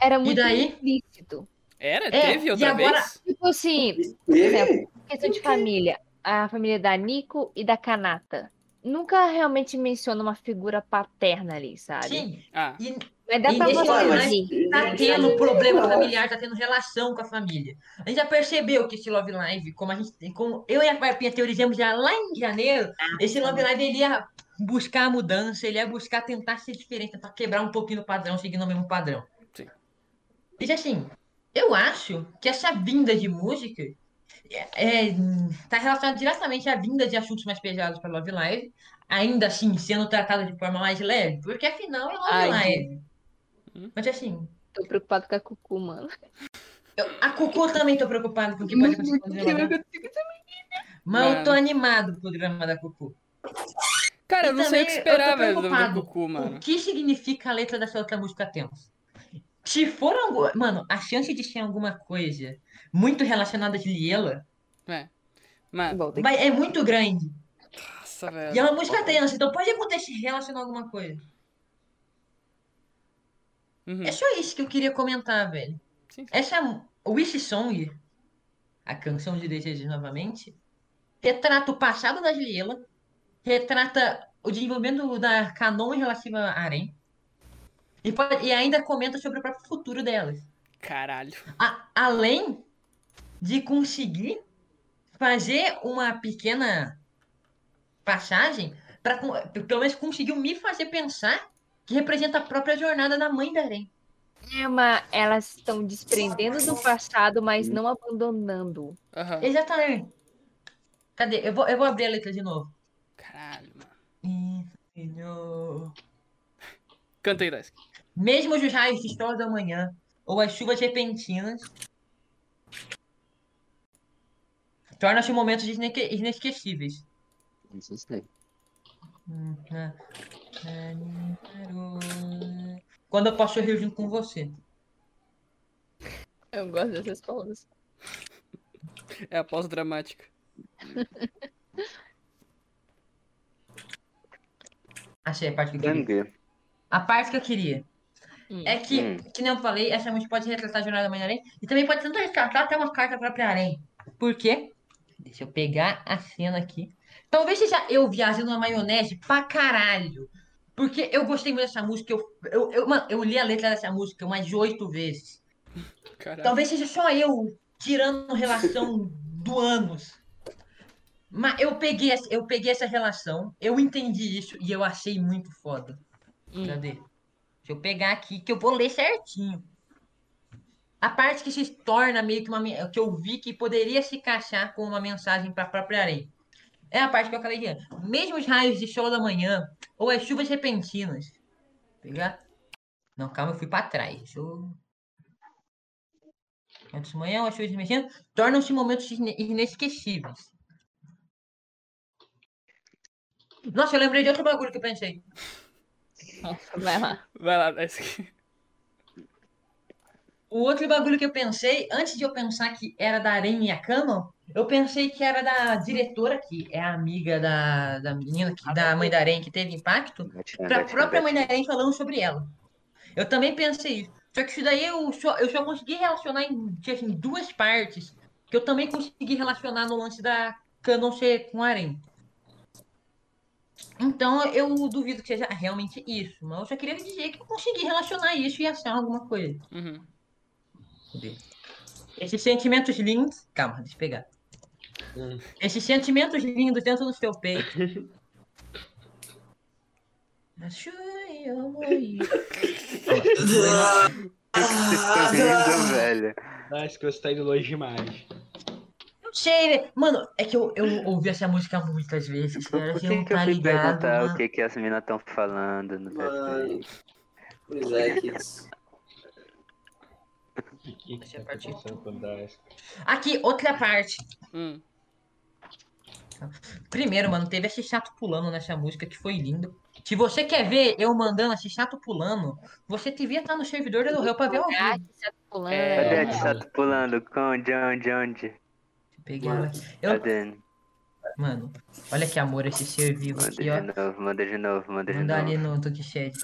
G: Era muito
A: daí?
G: implícito.
D: Era?
A: É,
D: Teve
A: e
D: outra
A: agora-
D: vez?
G: Tipo assim,
E: Ele-
G: questão de família. A família da Nico e da Kanata. nunca realmente menciona uma figura paterna ali, sabe?
A: Sim,
D: Ah,
A: e
G: Mas dá
A: E
G: pra assim,
A: deixa eu
G: você
A: falar,
G: ali.
A: tá tendo problema familiar, tá tendo relação com a família. A gente já percebeu que esse Love Live, como a gente, como eu e a Carpinha teorizamos já lá em janeiro, esse Love Live ele ia buscar a mudança, ele ia buscar tentar ser diferente, tentar quebrar um pouquinho do padrão, seguindo o mesmo padrão.
D: Sim.
A: E assim, eu acho que essa vinda de música é, é, tá relacionada diretamente à vinda de assuntos mais pesados para Love Live, ainda assim sendo tratado de forma mais leve, porque afinal é Love
G: Ai,
A: Live.
D: Hum.
A: Mas assim,
G: Tô preocupado com a Cucu, mano.
A: eu- a Cucu eu também tô preocupada com o que pode acontecer com o programa dela. Mas eu tô
D: Mano.
A: animado com o programa da Cucu.
D: cara, eu
A: E
D: não sei o que
A: também eu
D: esperar,
A: tô
D: velho, do do
A: preocupado.
D: Cucu, mano.
A: O que significa a letra dessa outra música tenso? Se for alguma. Mano, a chance de ser alguma coisa muito relacionada de Liela
D: Mano,
G: Tá Bom, tem
A: vai- é muito grande.
D: nossa, velho.
A: E é uma música tensa, então pode acontecer relacionar alguma coisa.
D: Uhum.
A: É só isso que eu queria comentar, velho.
D: Sim, sim.
A: Essa é Wish Song, a canção de desejos novamente, retrata o passado da Liela, retrata o desenvolvimento da Canon em relativa a Arém, e, pode- e ainda comenta sobre o próprio futuro delas.
D: Caralho.
A: A- além de conseguir fazer uma pequena passagem para pelo menos conseguiu me fazer pensar que representa a própria jornada da mãe da Arém.
G: problema, elas estão desprendendo do passado, mas não abandonando.
D: Aham.
A: Exatamente. Cadê? Eu vou, eu vou abrir a letra de novo.
D: Caralho, mano.
A: Filho.
D: Canta aí, Dask.
A: Mesmo os raios de sol da manhã ou as chuvas repentinas tornam-se momentos inesque- inesquecíveis.
C: Isso eu sei.
A: Quando eu posso rir junto com você.
G: Eu gosto dessas palavras.
D: É a pós-dramática.
A: Achei a parte que eu queria.
C: Entendi.
A: A parte que eu queria.
G: Hum.
A: É que,
C: Hum.
A: que nem eu falei, essa música pode retratar a jornada da Mãe Arém. E também pode tanto retratar até uma carta própria Arém. Por quê? Deixa eu pegar a cena aqui. Talvez seja eu viajando na maionese pra caralho. Porque eu gostei muito dessa música. Eu, eu, eu, mano, eu li a letra dessa música umas oito vezes.
D: Caralho.
A: Talvez seja só eu tirando relação do anos. Mas eu peguei, essa- eu peguei essa relação, eu entendi isso e eu achei muito foda.
G: Hum.
A: Cadê? Deixa eu pegar aqui que eu vou ler certinho. A parte que se torna meio que uma men- que eu vi que poderia se encaixar com uma mensagem para a própria areia. É a parte que eu acabei de ler. Mesmo os raios de sol da manhã ou as chuvas repentinas. Pegar? Não, calma, eu fui para trás. Deixa eu antes Né, de manhã, as chuvas mexendo, tornam-se momentos ine- inesquecíveis. Nossa, eu lembrei de outro bagulho que eu pensei.
G: Vai lá.
D: Vai lá, Dask.
A: O outro bagulho que eu pensei, antes de eu pensar que era da Arena e a Cama, eu pensei que era da diretora, que é a amiga da, da menina, que- da mãe da Arena, que teve impacto,
C: Gatinha,
A: pra
C: gatinha,
A: própria mãe da
C: gatinha.
A: Arena falando sobre ela. Eu também pensei isso. Só que isso daí eu só, eu só consegui relacionar em, tipo assim, duas partes, que eu também consegui relacionar no lance da Canon ser com a Arena. Então eu duvido que seja realmente isso, mas eu só queria dizer que eu consegui relacionar isso e achar alguma coisa.
D: Uhum.
A: Esses sentimentos lindos. Calma, deixa eu pegar.
H: Hum.
A: Esses sentimentos lindos dentro do seu peito. Acho eu-
C: Tá vendo, velho?
H: Acho que você tá indo longe demais.
A: Não sei, né? mano, é que eu, eu ouvi essa música muitas vezes, cara.
C: Então, Por
A: Você
C: que
A: não
C: que eu
A: tá
C: fui
A: ligado.
C: perguntar o
A: Mano.
C: que que as meninas estão falando no
E: Mano. Pois é, Kids.
H: O que, que
A: Essa
H: tá
A: parte- um.
H: acontecendo com o Dask?
A: Aqui, outra parte.
D: Hum.
A: Primeiro, mano, teve esse chato pulando nessa música que foi lindo. Se você quer ver eu mandando esse chato pulando, você devia estar no servidor do Rio pra ver ao vivo.
G: Ah, que saco pulando.
C: Cadê
D: É,
C: a de sato pulando? Onde, onde, onde?
A: Peguei ela aqui. Eu,
C: Cadê? é-
A: mano, olha que amor esse ser vivo
C: Manda
A: aqui,
C: de
A: ó.
C: novo, manda de novo, manda de
A: Mandar ali
C: novo.
A: no Dog Shed.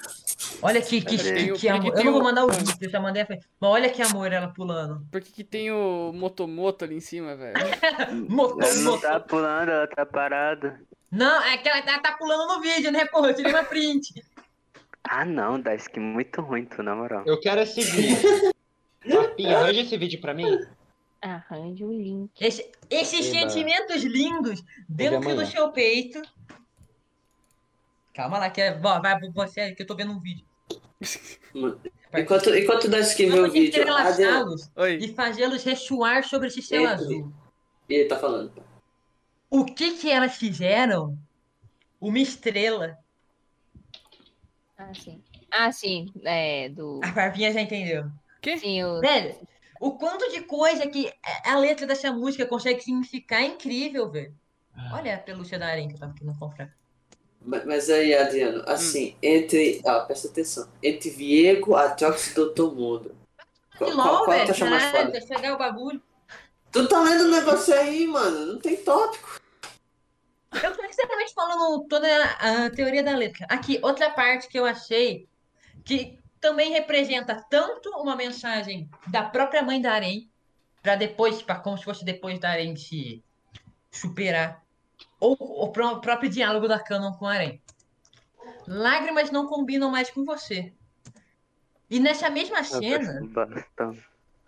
A: Olha que, que,
C: Cadê?
A: que, que amor. Eu não vou mandar o vídeo, eu já mandei a. Mas olha que amor ela pulando.
D: Por que, que tem o Motomoto ali em cima, velho?
A: Motor,
C: Ela não tá pulando, ela tá parada.
A: Não, é que ela tá, tá pulando no vídeo, né, porra? Eu tirei uma print.
C: Ah, não, Dice, que muito ruim, tu, na moral.
H: Eu quero esse vídeo.
A: [laughs]
H: Papinha, arranja esse vídeo pra mim.
G: Arranje o link.
A: Esse- esses
H: Eba.
A: sentimentos lindos dentro do
H: amanhã.
A: seu peito. Calma lá, que é. Bom, vai, você, que eu tô vendo um vídeo.
E: Enquanto, enquanto dá que vê o
A: Vamos
E: vídeo. Adriano,
A: entrelaçá-los
C: Ah,
D: Oi.
A: e fazê-los ressoar sobre esse céu
E: Eita.
A: azul.
E: ele tá falando.
A: O que que elas fizeram? Uma estrela.
G: Ah, sim. Ah, sim. É, do.
A: A Farvinha já entendeu.
G: Sim, o...
A: Velho, o quanto de coisa que a a letra dessa música consegue significar é incrível, velho.
E: Ah.
A: Olha a pelúcia da aranha que eu tava querendo comprar.
E: Ma- Mas aí,
D: Hum.
E: Adriano, assim, entre. Ó, presta atenção. Entre Viego, Atrox e Doutor Mundo. Qual,
A: Que
E: qual,
A: LOL,
E: qual
A: velho.
E: tu acha mais
A: Caralho,
E: foda?
A: vai chegar o bagulho.
E: Tu tá lendo um negócio aí, mano. Não tem tópico.
A: Eu tô sinceramente falando toda a a teoria da letra. Aqui, outra parte que eu achei que também representa tanto uma mensagem da própria mãe da Arém, pra depois, pra, como se fosse depois da Arém se superar, ou o pró- próprio diálogo da Canon com a Arém. Lágrimas não combinam mais com você. E nessa mesma cena,
C: tá Bastão.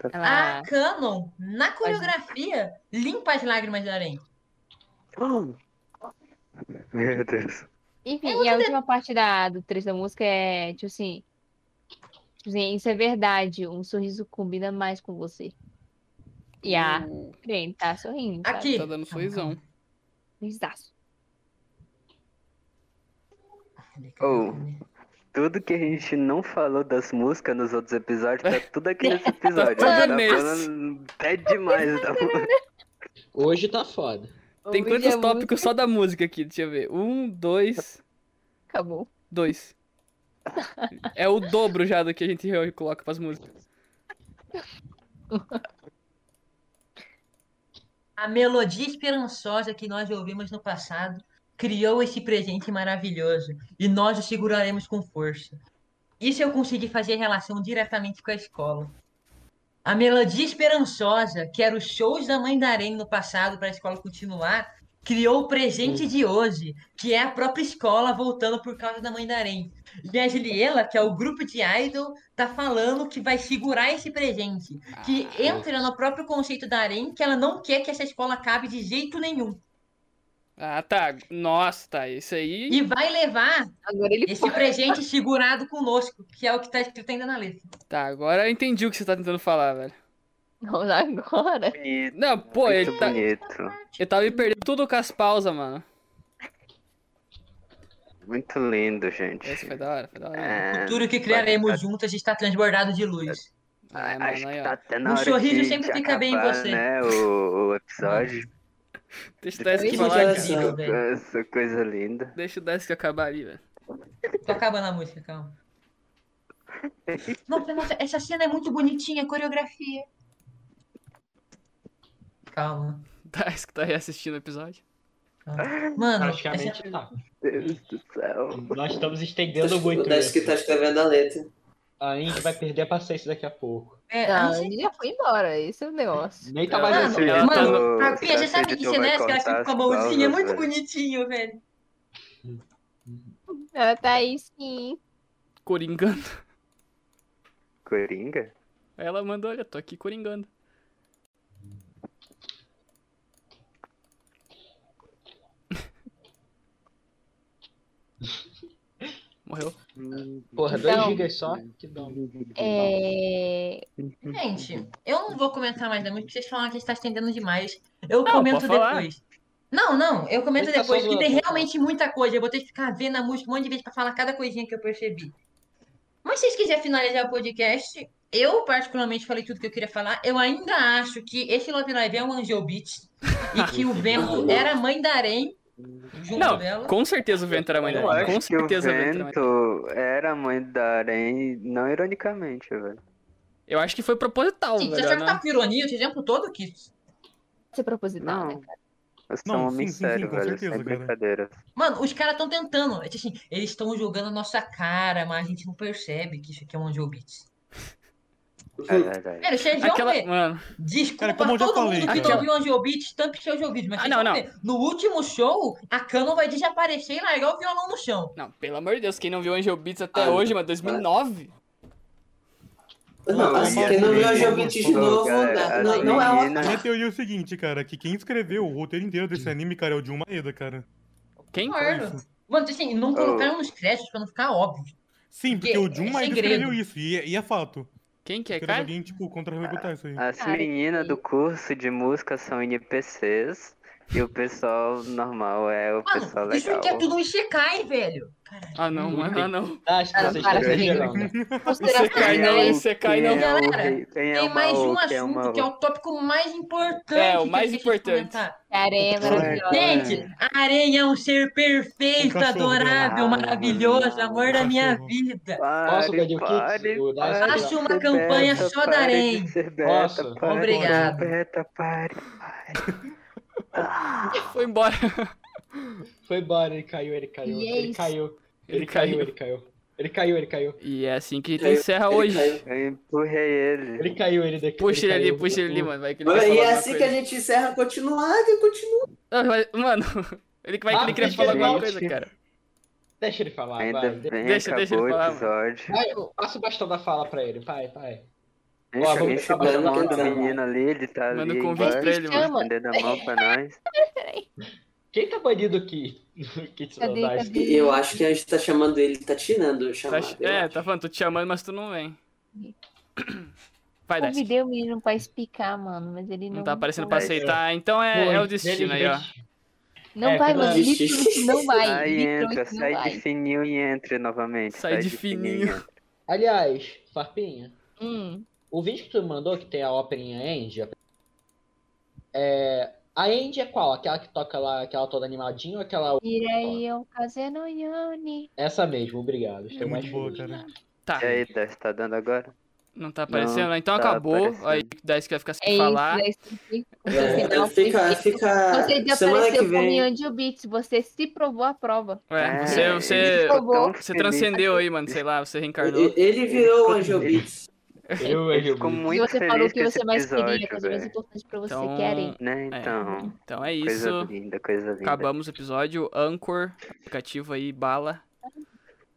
C: [gasps]
G: ela...
A: a Canon, na coreografia, limpa as lágrimas da Arém.
C: Meu Deus.
G: Enfim, e a última parte da, do trecho da música é, tipo assim. Tipo assim, isso é verdade. Um sorriso combina mais com você. E a Crane tá sorrindo. sabe?
A: Aqui.
D: Tá dando sorrisão.
G: Sorrisaço.
C: Oh. Tudo que a gente não falou das músicas nos outros episódios, tá tudo aqui
A: [laughs]
C: nesse episódio.
D: Tá tudo
C: tá
D: nesse.
C: falando até demais da música.
H: Hoje tá foda.
C: Ah,
D: Tem
G: Hoje
C: é
D: quantos
G: a música
D: tópicos só da música aqui? Deixa eu ver. Um, dois,
G: Acabou.
D: dois. É o dobro já do que a gente re- coloca pras músicas.
A: A melodia esperançosa que nós ouvimos no passado criou esse presente maravilhoso e nós o seguraremos com força. Isso eu consegui fazer relação diretamente com a escola. A melodia esperançosa, que era os shows da Mãe da Arém no passado para a escola continuar, criou o presente de hoje, que é a própria escola voltando por causa da Mãe da Arém. E a Juliela, que é o grupo de idol, tá falando que vai segurar esse presente que entra no próprio conceito da Arém, que ela não quer que essa escola acabe de jeito nenhum.
D: Ah, tá. Nossa, tá. Isso aí.
A: E vai levar
G: Agora ele
A: esse presente segurado conosco, que é o que tá escrito ainda na letra.
D: Tá, agora eu entendi o que você tá tentando falar, velho.
G: Não, agora.
C: Bonito,
D: Não, pô, ele
C: muito
D: tá.
C: bonito.
D: Eu tava me perdendo tudo com as pausas, mano.
C: Muito lindo, gente.
D: Esse foi da hora, foi da hora.
C: É,
A: O futuro que criaremos juntas está transbordado de luz.
D: Ah,
C: acho
D: mano,
C: que
D: aí, ó.
C: tá até na
A: Um
C: hora
A: sorriso
C: de-
A: sempre
C: de
A: fica bem em
C: acabar,
A: você.
C: Né, o, o episódio.
D: Deixa o Desk
A: Isso
E: Depois
D: falar,
E: já-
D: cara.
A: incrível, velho.
C: Essa coisa linda.
D: Deixa o Desk acabar ali, velho. [laughs]
A: Tô acabando a música, calma. Nossa, nossa, essa cena é muito bonitinha, a coreografia. Calma.
D: Desk tá reassistindo o episódio.
A: Mano, essa- é
H: Praticamente tá.
C: Deus do céu.
H: Nós estamos estendendo muito
E: o Desk
H: isso.
E: tá escrevendo a letra.
H: A gente vai perder a paciência daqui a pouco.
A: é, a
G: Não,
A: gente-
G: ele já foi embora. Esse é o negócio.
H: Nem tá
D: Ah,
H: mais
A: não,
H: assim.
D: ela tá no-
A: Mano, a Pia, você sabe que cena é essa que ela fica com a mãozinha? É muito bonitinho, velho.
G: Ela tá aí sim.
D: Coringando.
C: Coringa?
D: Aí ela mandou, olha, tô aqui coringando. [laughs] Morreu.
H: Porra, 2
G: Então-
H: gigas só? né? Que dom.
G: É...
A: Gente, eu não vou comentar mais da música, porque vocês falaram que está estendendo demais. Eu
D: Não,
A: comento
D: pode falar.
A: depois. Não, não, eu comento
H: Ele tá
A: depois, que
H: zoando,
A: tem
H: pode
A: realmente muita coisa. Eu vou ter que ficar vendo a música um monte de vezes pra falar cada coisinha que eu percebi. Mas se vocês quiserem finalizar o podcast, eu particularmente falei tudo que eu queria falar. Eu ainda acho que esse Love Live é um Angel Beats e que o Vento era a mãe da Arém, junto
D: Não,
A: dela.
D: com certeza o vento era a mãe
H: Eu
C: Eu
D: dela.
C: acho
D: Com certeza o
C: que é o
D: vento era a mãe dela.
C: vento era a mãe da Arém, não ironicamente, velho.
D: Eu acho que foi proposital,
A: Gente, você
D: velho.
A: acha que
D: né?
A: tá com ironia o tempo todo, que
G: Isso é proposital, né?
C: Não. Eu sou
F: Não,
C: um homem
F: sim, sim,
C: sério,
F: sim, com
C: velho.
F: certeza,
C: sem
F: cara.
C: brincadeira.
A: Mano, os caras estão tentando. É tipo assim, eles estão julgando a nossa cara, mas a gente não percebe que isso aqui é um Angel Beats.
C: É verdade.
A: Velho, cheio de
D: Aquela.
A: OV.
D: Mano,
A: Desculpa
F: Cara, como eu já
A: todo
F: falei,
A: mundo que
D: cara.
A: não viu Angel Beats, tanto show de ouvido, mas
D: Ah,
A: vocês
D: não,
A: vão
D: não.
A: ver. no último show, a Cano vai desaparecer e largar o violão no chão.
D: não, pelo amor de Deus, quem não viu Angel Beats até
E: Ah,
D: hoje, mano, 2009?
E: Não,
C: Não,
E: assim,
C: e
E: quem não
C: assim,
E: viu Angel
F: como
E: Beats de
C: falou,
E: novo,
C: cara,
E: não,
C: as
E: não é uma.
C: meninas-
F: A minha teoria é o seguinte, cara, que quem escreveu o roteiro inteiro desse anime, cara, é o Jun Maeda, cara.
D: Quem?
A: Claro. Mano, assim,
C: Oh.
A: não colocaram nos créditos pra não ficar óbvio.
F: Sim, porque
A: Porque
F: o Jun
A: é
F: Maeda
A: segredo.
F: escreveu isso, e, é- e é fato.
D: Quem que
F: Eu
D: é,
F: quero
D: cara?
F: alguém, tipo, contra-rebutar isso aí.
C: As
G: Cara,
C: meninas do
G: que-
C: curso de música são NPCs e o pessoal normal é o pessoal
A: Mano, isso
C: legal.
A: aqui é tudo um Isekai, velho. Caralho.
D: Ah, não, mano, ah, não.
H: Acho que
G: Cara,
H: vocês
G: para
H: estão
G: que-
F: né?
H: exagerando.
G: Consideração
D: Você cai não,
G: gerais.
D: você cai não.
C: Quem é o
A: Galera,
C: rei- quem é
A: Tem
C: o
A: mais um
C: Maô? Quem é o
A: assunto que é
C: Maô?
A: o tópico mais importante.
D: É, o
A: que eu
D: mais
A: preciso
D: importante.
A: comentar.
G: Cara, é maravilhosa.
A: Gente, a aranha é um ser perfeito,
F: Um cachorro,
A: adorável,
C: né?
A: maravilhoso,
C: Ah,
A: amor
F: um
A: da minha
F: cachorro.
A: vida.
H: Posso,
C: Pare,
H: Daddy
C: pare,
H: Kids? O
C: pare
H: Daddy
C: de
A: Acho uma
C: ser
A: campanha
C: beta,
A: só da
C: pare de
A: Arém.
C: ser beta,
H: Posso?
C: pare de
A: Obrigado.
C: ser beta, pare, pare. Ah,
D: Foi embora.
H: Foi embora, ele caiu, ele caiu,
G: E é
H: ele
G: isso.
H: caiu, ele caiu, ele caiu. Ele caiu, ele caiu.
D: E é assim que
E: Caiu,
D: encerra
E: ele
D: hoje.
E: caiu.
C: eu empurrei ele.
H: Ele caiu, ele decaiu.
D: Puxa ele ali, puxa ele ali, mano. Vai que ele vai falar
E: E é
D: alguma
E: assim que
D: coisa.
E: a gente encerra continuado e continua.
D: Ah, vai- Mano, [laughs] ele que vai que ele
H: Ah,
D: queria
H: gente,
D: falar alguma
H: gente.
D: coisa, cara.
H: Deixa ele falar,
C: Ainda
H: vai.
C: bem,
D: Deixa- deixa
C: acabou
D: ele falar,
C: o episódio.
H: Vai, passa o bastão da fala pra ele, vai, vai.
C: Deixa
H: Ó,
C: alguém
H: vamos acabar
C: segura a
H: agora,
C: mão do
H: vai.
C: menino ali, ele tá
D: Manda
C: ali
D: um convite
C: embaixo,
D: pra ele, mano.
C: estendendo a mão pra nós.
H: Quem tá banido aqui? [laughs] que te
G: Cadê,
H: saudade.
G: cadê?
E: E Eu acho que a gente tá chamando ele, tá tirando o
D: Tá-
E: chamado. eu
D: é,
E: acho.
D: tá falando, tô te chamando, mas tu não vem. Vai, Dice.
G: Convidei o menino pra explicar, mano, mas ele não.
D: Não tá aparecendo pra
C: Vai,
D: aceitar, então é, é o destino aí, ó.
G: Não
H: É,
G: vai,
H: pela-
G: mano. Me trouxe, não vai.
C: Aí
G: Me
C: entra,
G: trouxe, não
C: sai de
G: vai.
C: fininho e entra novamente.
D: Sai de fininho.
C: entra.
H: Aliás, Farpinha,
G: Hum,
H: o vídeo que tu me mandou que tem a operinha Andy. É, a Andy é qual? Aquela que toca lá, aquela toda animadinha ou aquela.
G: irei eu fazer no Yoni.
H: Essa mesmo, obrigado.
F: [laughs] É
H: Estou mais
F: muito boa,
H: feliz.
F: cara.
D: Tá,
C: E aí, Dust, tá dando agora?
D: não tá aparecendo,
C: Não
D: né? Então
C: tá
D: acabou.
C: aparecendo.
D: Aí o Dice que vai ficar
G: É
D: sem
G: isso,
D: falar.
G: é isso aqui.
E: É,
G: Final,
E: fica,
G: perfeito.
E: fica.
G: Você já
E: Semana que
G: apareceu
E: vem.
G: como Angel Beats, você se provou a prova.
D: É,
C: É,
D: você,
C: ele
D: você,
C: ficou tão
D: você
C: feliz.
D: transcendeu aí, mano. Sei lá, você reencarnou.
E: Ele, ele virou o Angel
C: Ele-
E: Beats.
H: Eu,
C: Ele [laughs]
H: eu,
C: ficou
G: E
C: muito
G: você
C: feliz
G: falou o
C: com
G: que
C: esse
G: você mais queria,
C: episódio,
G: que é o mais
C: velho.
G: importante pra você,
D: Então,
G: que era ele.
C: Né,
D: É.
C: então,
D: Então é
C: coisa
D: isso.
C: linda, coisa linda.
D: Acabamos o episódio. Anchor, aplicativo aí, bala.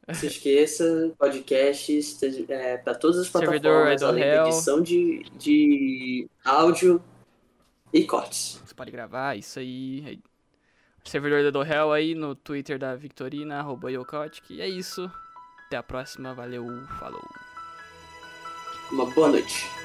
E: Não se esqueça, podcast esteja- é, para todas as
D: Servidor
E: plataformas,
D: Idol
E: além
D: Hell.
E: da edição de, de áudio e cortes.
D: Você pode gravar, isso aí. Servidor da Do Hell aí no Twitter da Victorina, arroba Yokotic. E é isso. Até a próxima. Valeu, falou.
E: Uma boa noite.